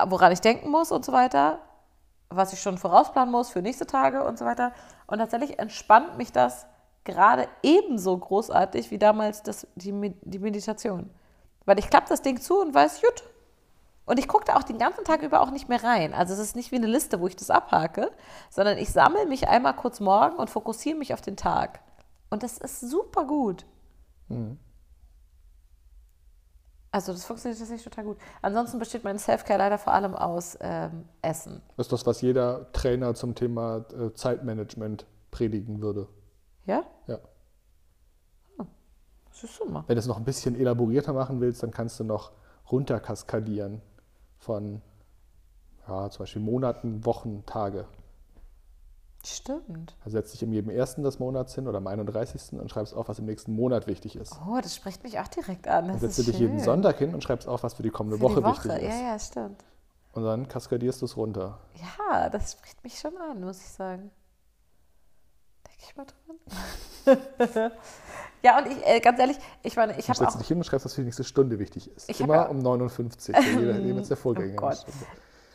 woran ich denken muss und so weiter, was ich schon vorausplanen muss für nächste Tage und so weiter. Und tatsächlich entspannt mich das gerade ebenso großartig wie damals das, die, Med- die Meditation. Weil ich klappe das Ding zu und weiß, gut. Und ich gucke da auch den ganzen Tag über auch nicht mehr rein. Also es ist nicht wie eine Liste, wo ich das abhake, sondern ich sammle mich einmal kurz morgen und fokussiere mich auf den Tag. Und das ist super gut. Also das funktioniert tatsächlich total gut. Ansonsten besteht mein Selfcare leider vor allem aus ähm, Essen.
Das ist das, was jeder Trainer zum Thema äh, Zeitmanagement predigen würde.
Ja?
Ja.
Das ist Summer.
Wenn du es noch ein bisschen elaborierter machen willst, dann kannst du noch runterkaskadieren von ja, zum Beispiel Monaten, Wochen, Tage.
Stimmt.
Also setzt dich in jedem ersten des Monats hin oder am 31. und schreibst auf, was im nächsten Monat wichtig ist.
Oh, das spricht mich auch direkt an. Das
Dann setzt du
ist
dich
schön.
jeden Sonntag hin und schreibst auf, was für die kommende
Für
Woche,
die Woche.
wichtig ist.
Ja, ja, stimmt.
Und dann kaskadierst du es runter.
Ja, das spricht mich schon an, muss ich sagen. Denke ich mal dran. ja, und ich, äh, ganz ehrlich, ich meine, ich
Dann
habe
setzt
auch.
du dich hin und schreibst, was für die nächste Stunde wichtig ist.
Ich hab
Immer
ja-
um 59. Je nachdem, was der Vorgänger
Gott.
ist.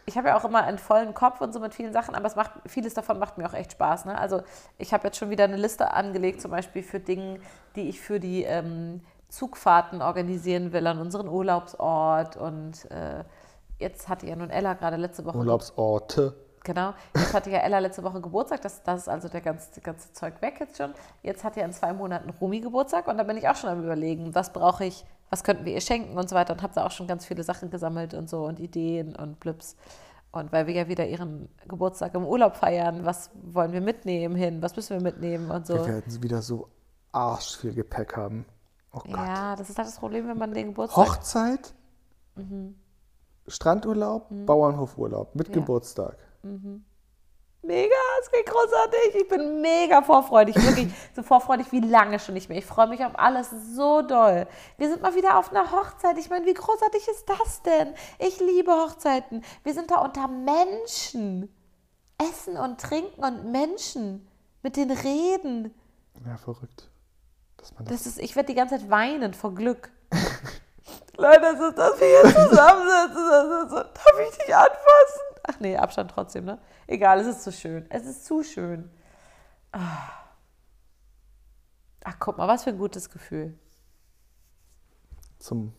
ich habe ja auch immer einen vollen Kopf und so mit vielen Sachen, aber es macht, vieles davon macht mir auch echt Spaß. Ne? Also ich habe jetzt schon wieder eine Liste angelegt, zum Beispiel für Dinge, die ich für die ähm, Zugfahrten organisieren will an unseren Urlaubsort. Und äh, jetzt hatte ja nun Ella gerade letzte Woche
Urlaubsorte.
Genau. Jetzt hatte ja Ella letzte Woche Geburtstag, das, das ist also der ganze, ganze Zeug weg jetzt schon. Jetzt hat ja in zwei Monaten Rumi Geburtstag und da bin ich auch schon am überlegen, was brauche ich, was könnten wir ihr schenken und so weiter und habe da auch schon ganz viele Sachen gesammelt und so und Ideen und Blips. Und weil wir ja wieder ihren Geburtstag im Urlaub feiern, was wollen wir mitnehmen hin, was müssen wir mitnehmen und
Wir
so.
werden wieder so arsch viel Gepäck haben. Oh Gott.
Ja, das ist halt das Problem, wenn man den Geburtstag
Hochzeit,
Mhm.
Strandurlaub, Bauernhofurlaub mit Geburtstag.
Mega, es geht großartig. Ich bin mega vorfreudig, wirklich so vorfreudig wie lange schon nicht mehr. Ich freue mich auf alles so doll. Wir sind mal wieder auf einer Hochzeit. Ich meine, wie großartig ist das denn? Ich liebe Hochzeiten. Wir sind da unter Menschen. Essen und trinken und Menschen. Mit den Reden.
Ja, verrückt. Dass man das
Das ist, ich werde die ganze Zeit weinen vor Glück. Leute, das ist, dass wir hier zusammensitzen. Das ist so, darf ich dich anfassen? Ach nee, Abstand trotzdem, ne? Egal, es ist zu schön. Es ist zu schön. Ah. Ach, guck mal, was für ein gutes Gefühl.
zum,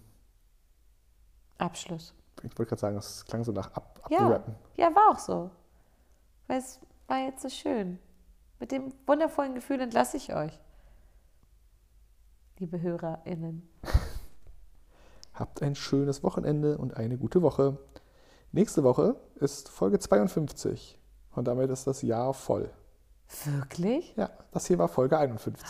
Abschluss.
ich wollte gerade sagen, das klang so nach ab,
Ja,
Abrappen.
ja war auch so. Weil es war jetzt so schön. Mit dem wundervollen Gefühl entlasse ich euch. Liebe HörerInnen.
Habt ein schönes Wochenende und eine gute Woche. Nächste Woche ist Folge 52 und damit ist das Jahr voll.
Wirklich?
Ja, das hier war Folge 51.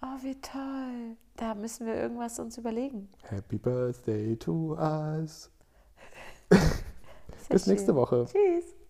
Oh, wie toll. Da müssen wir irgendwas uns überlegen.
Happy Birthday to us.
Sehr
Bis nächste
schön.
Woche.
Tschüss.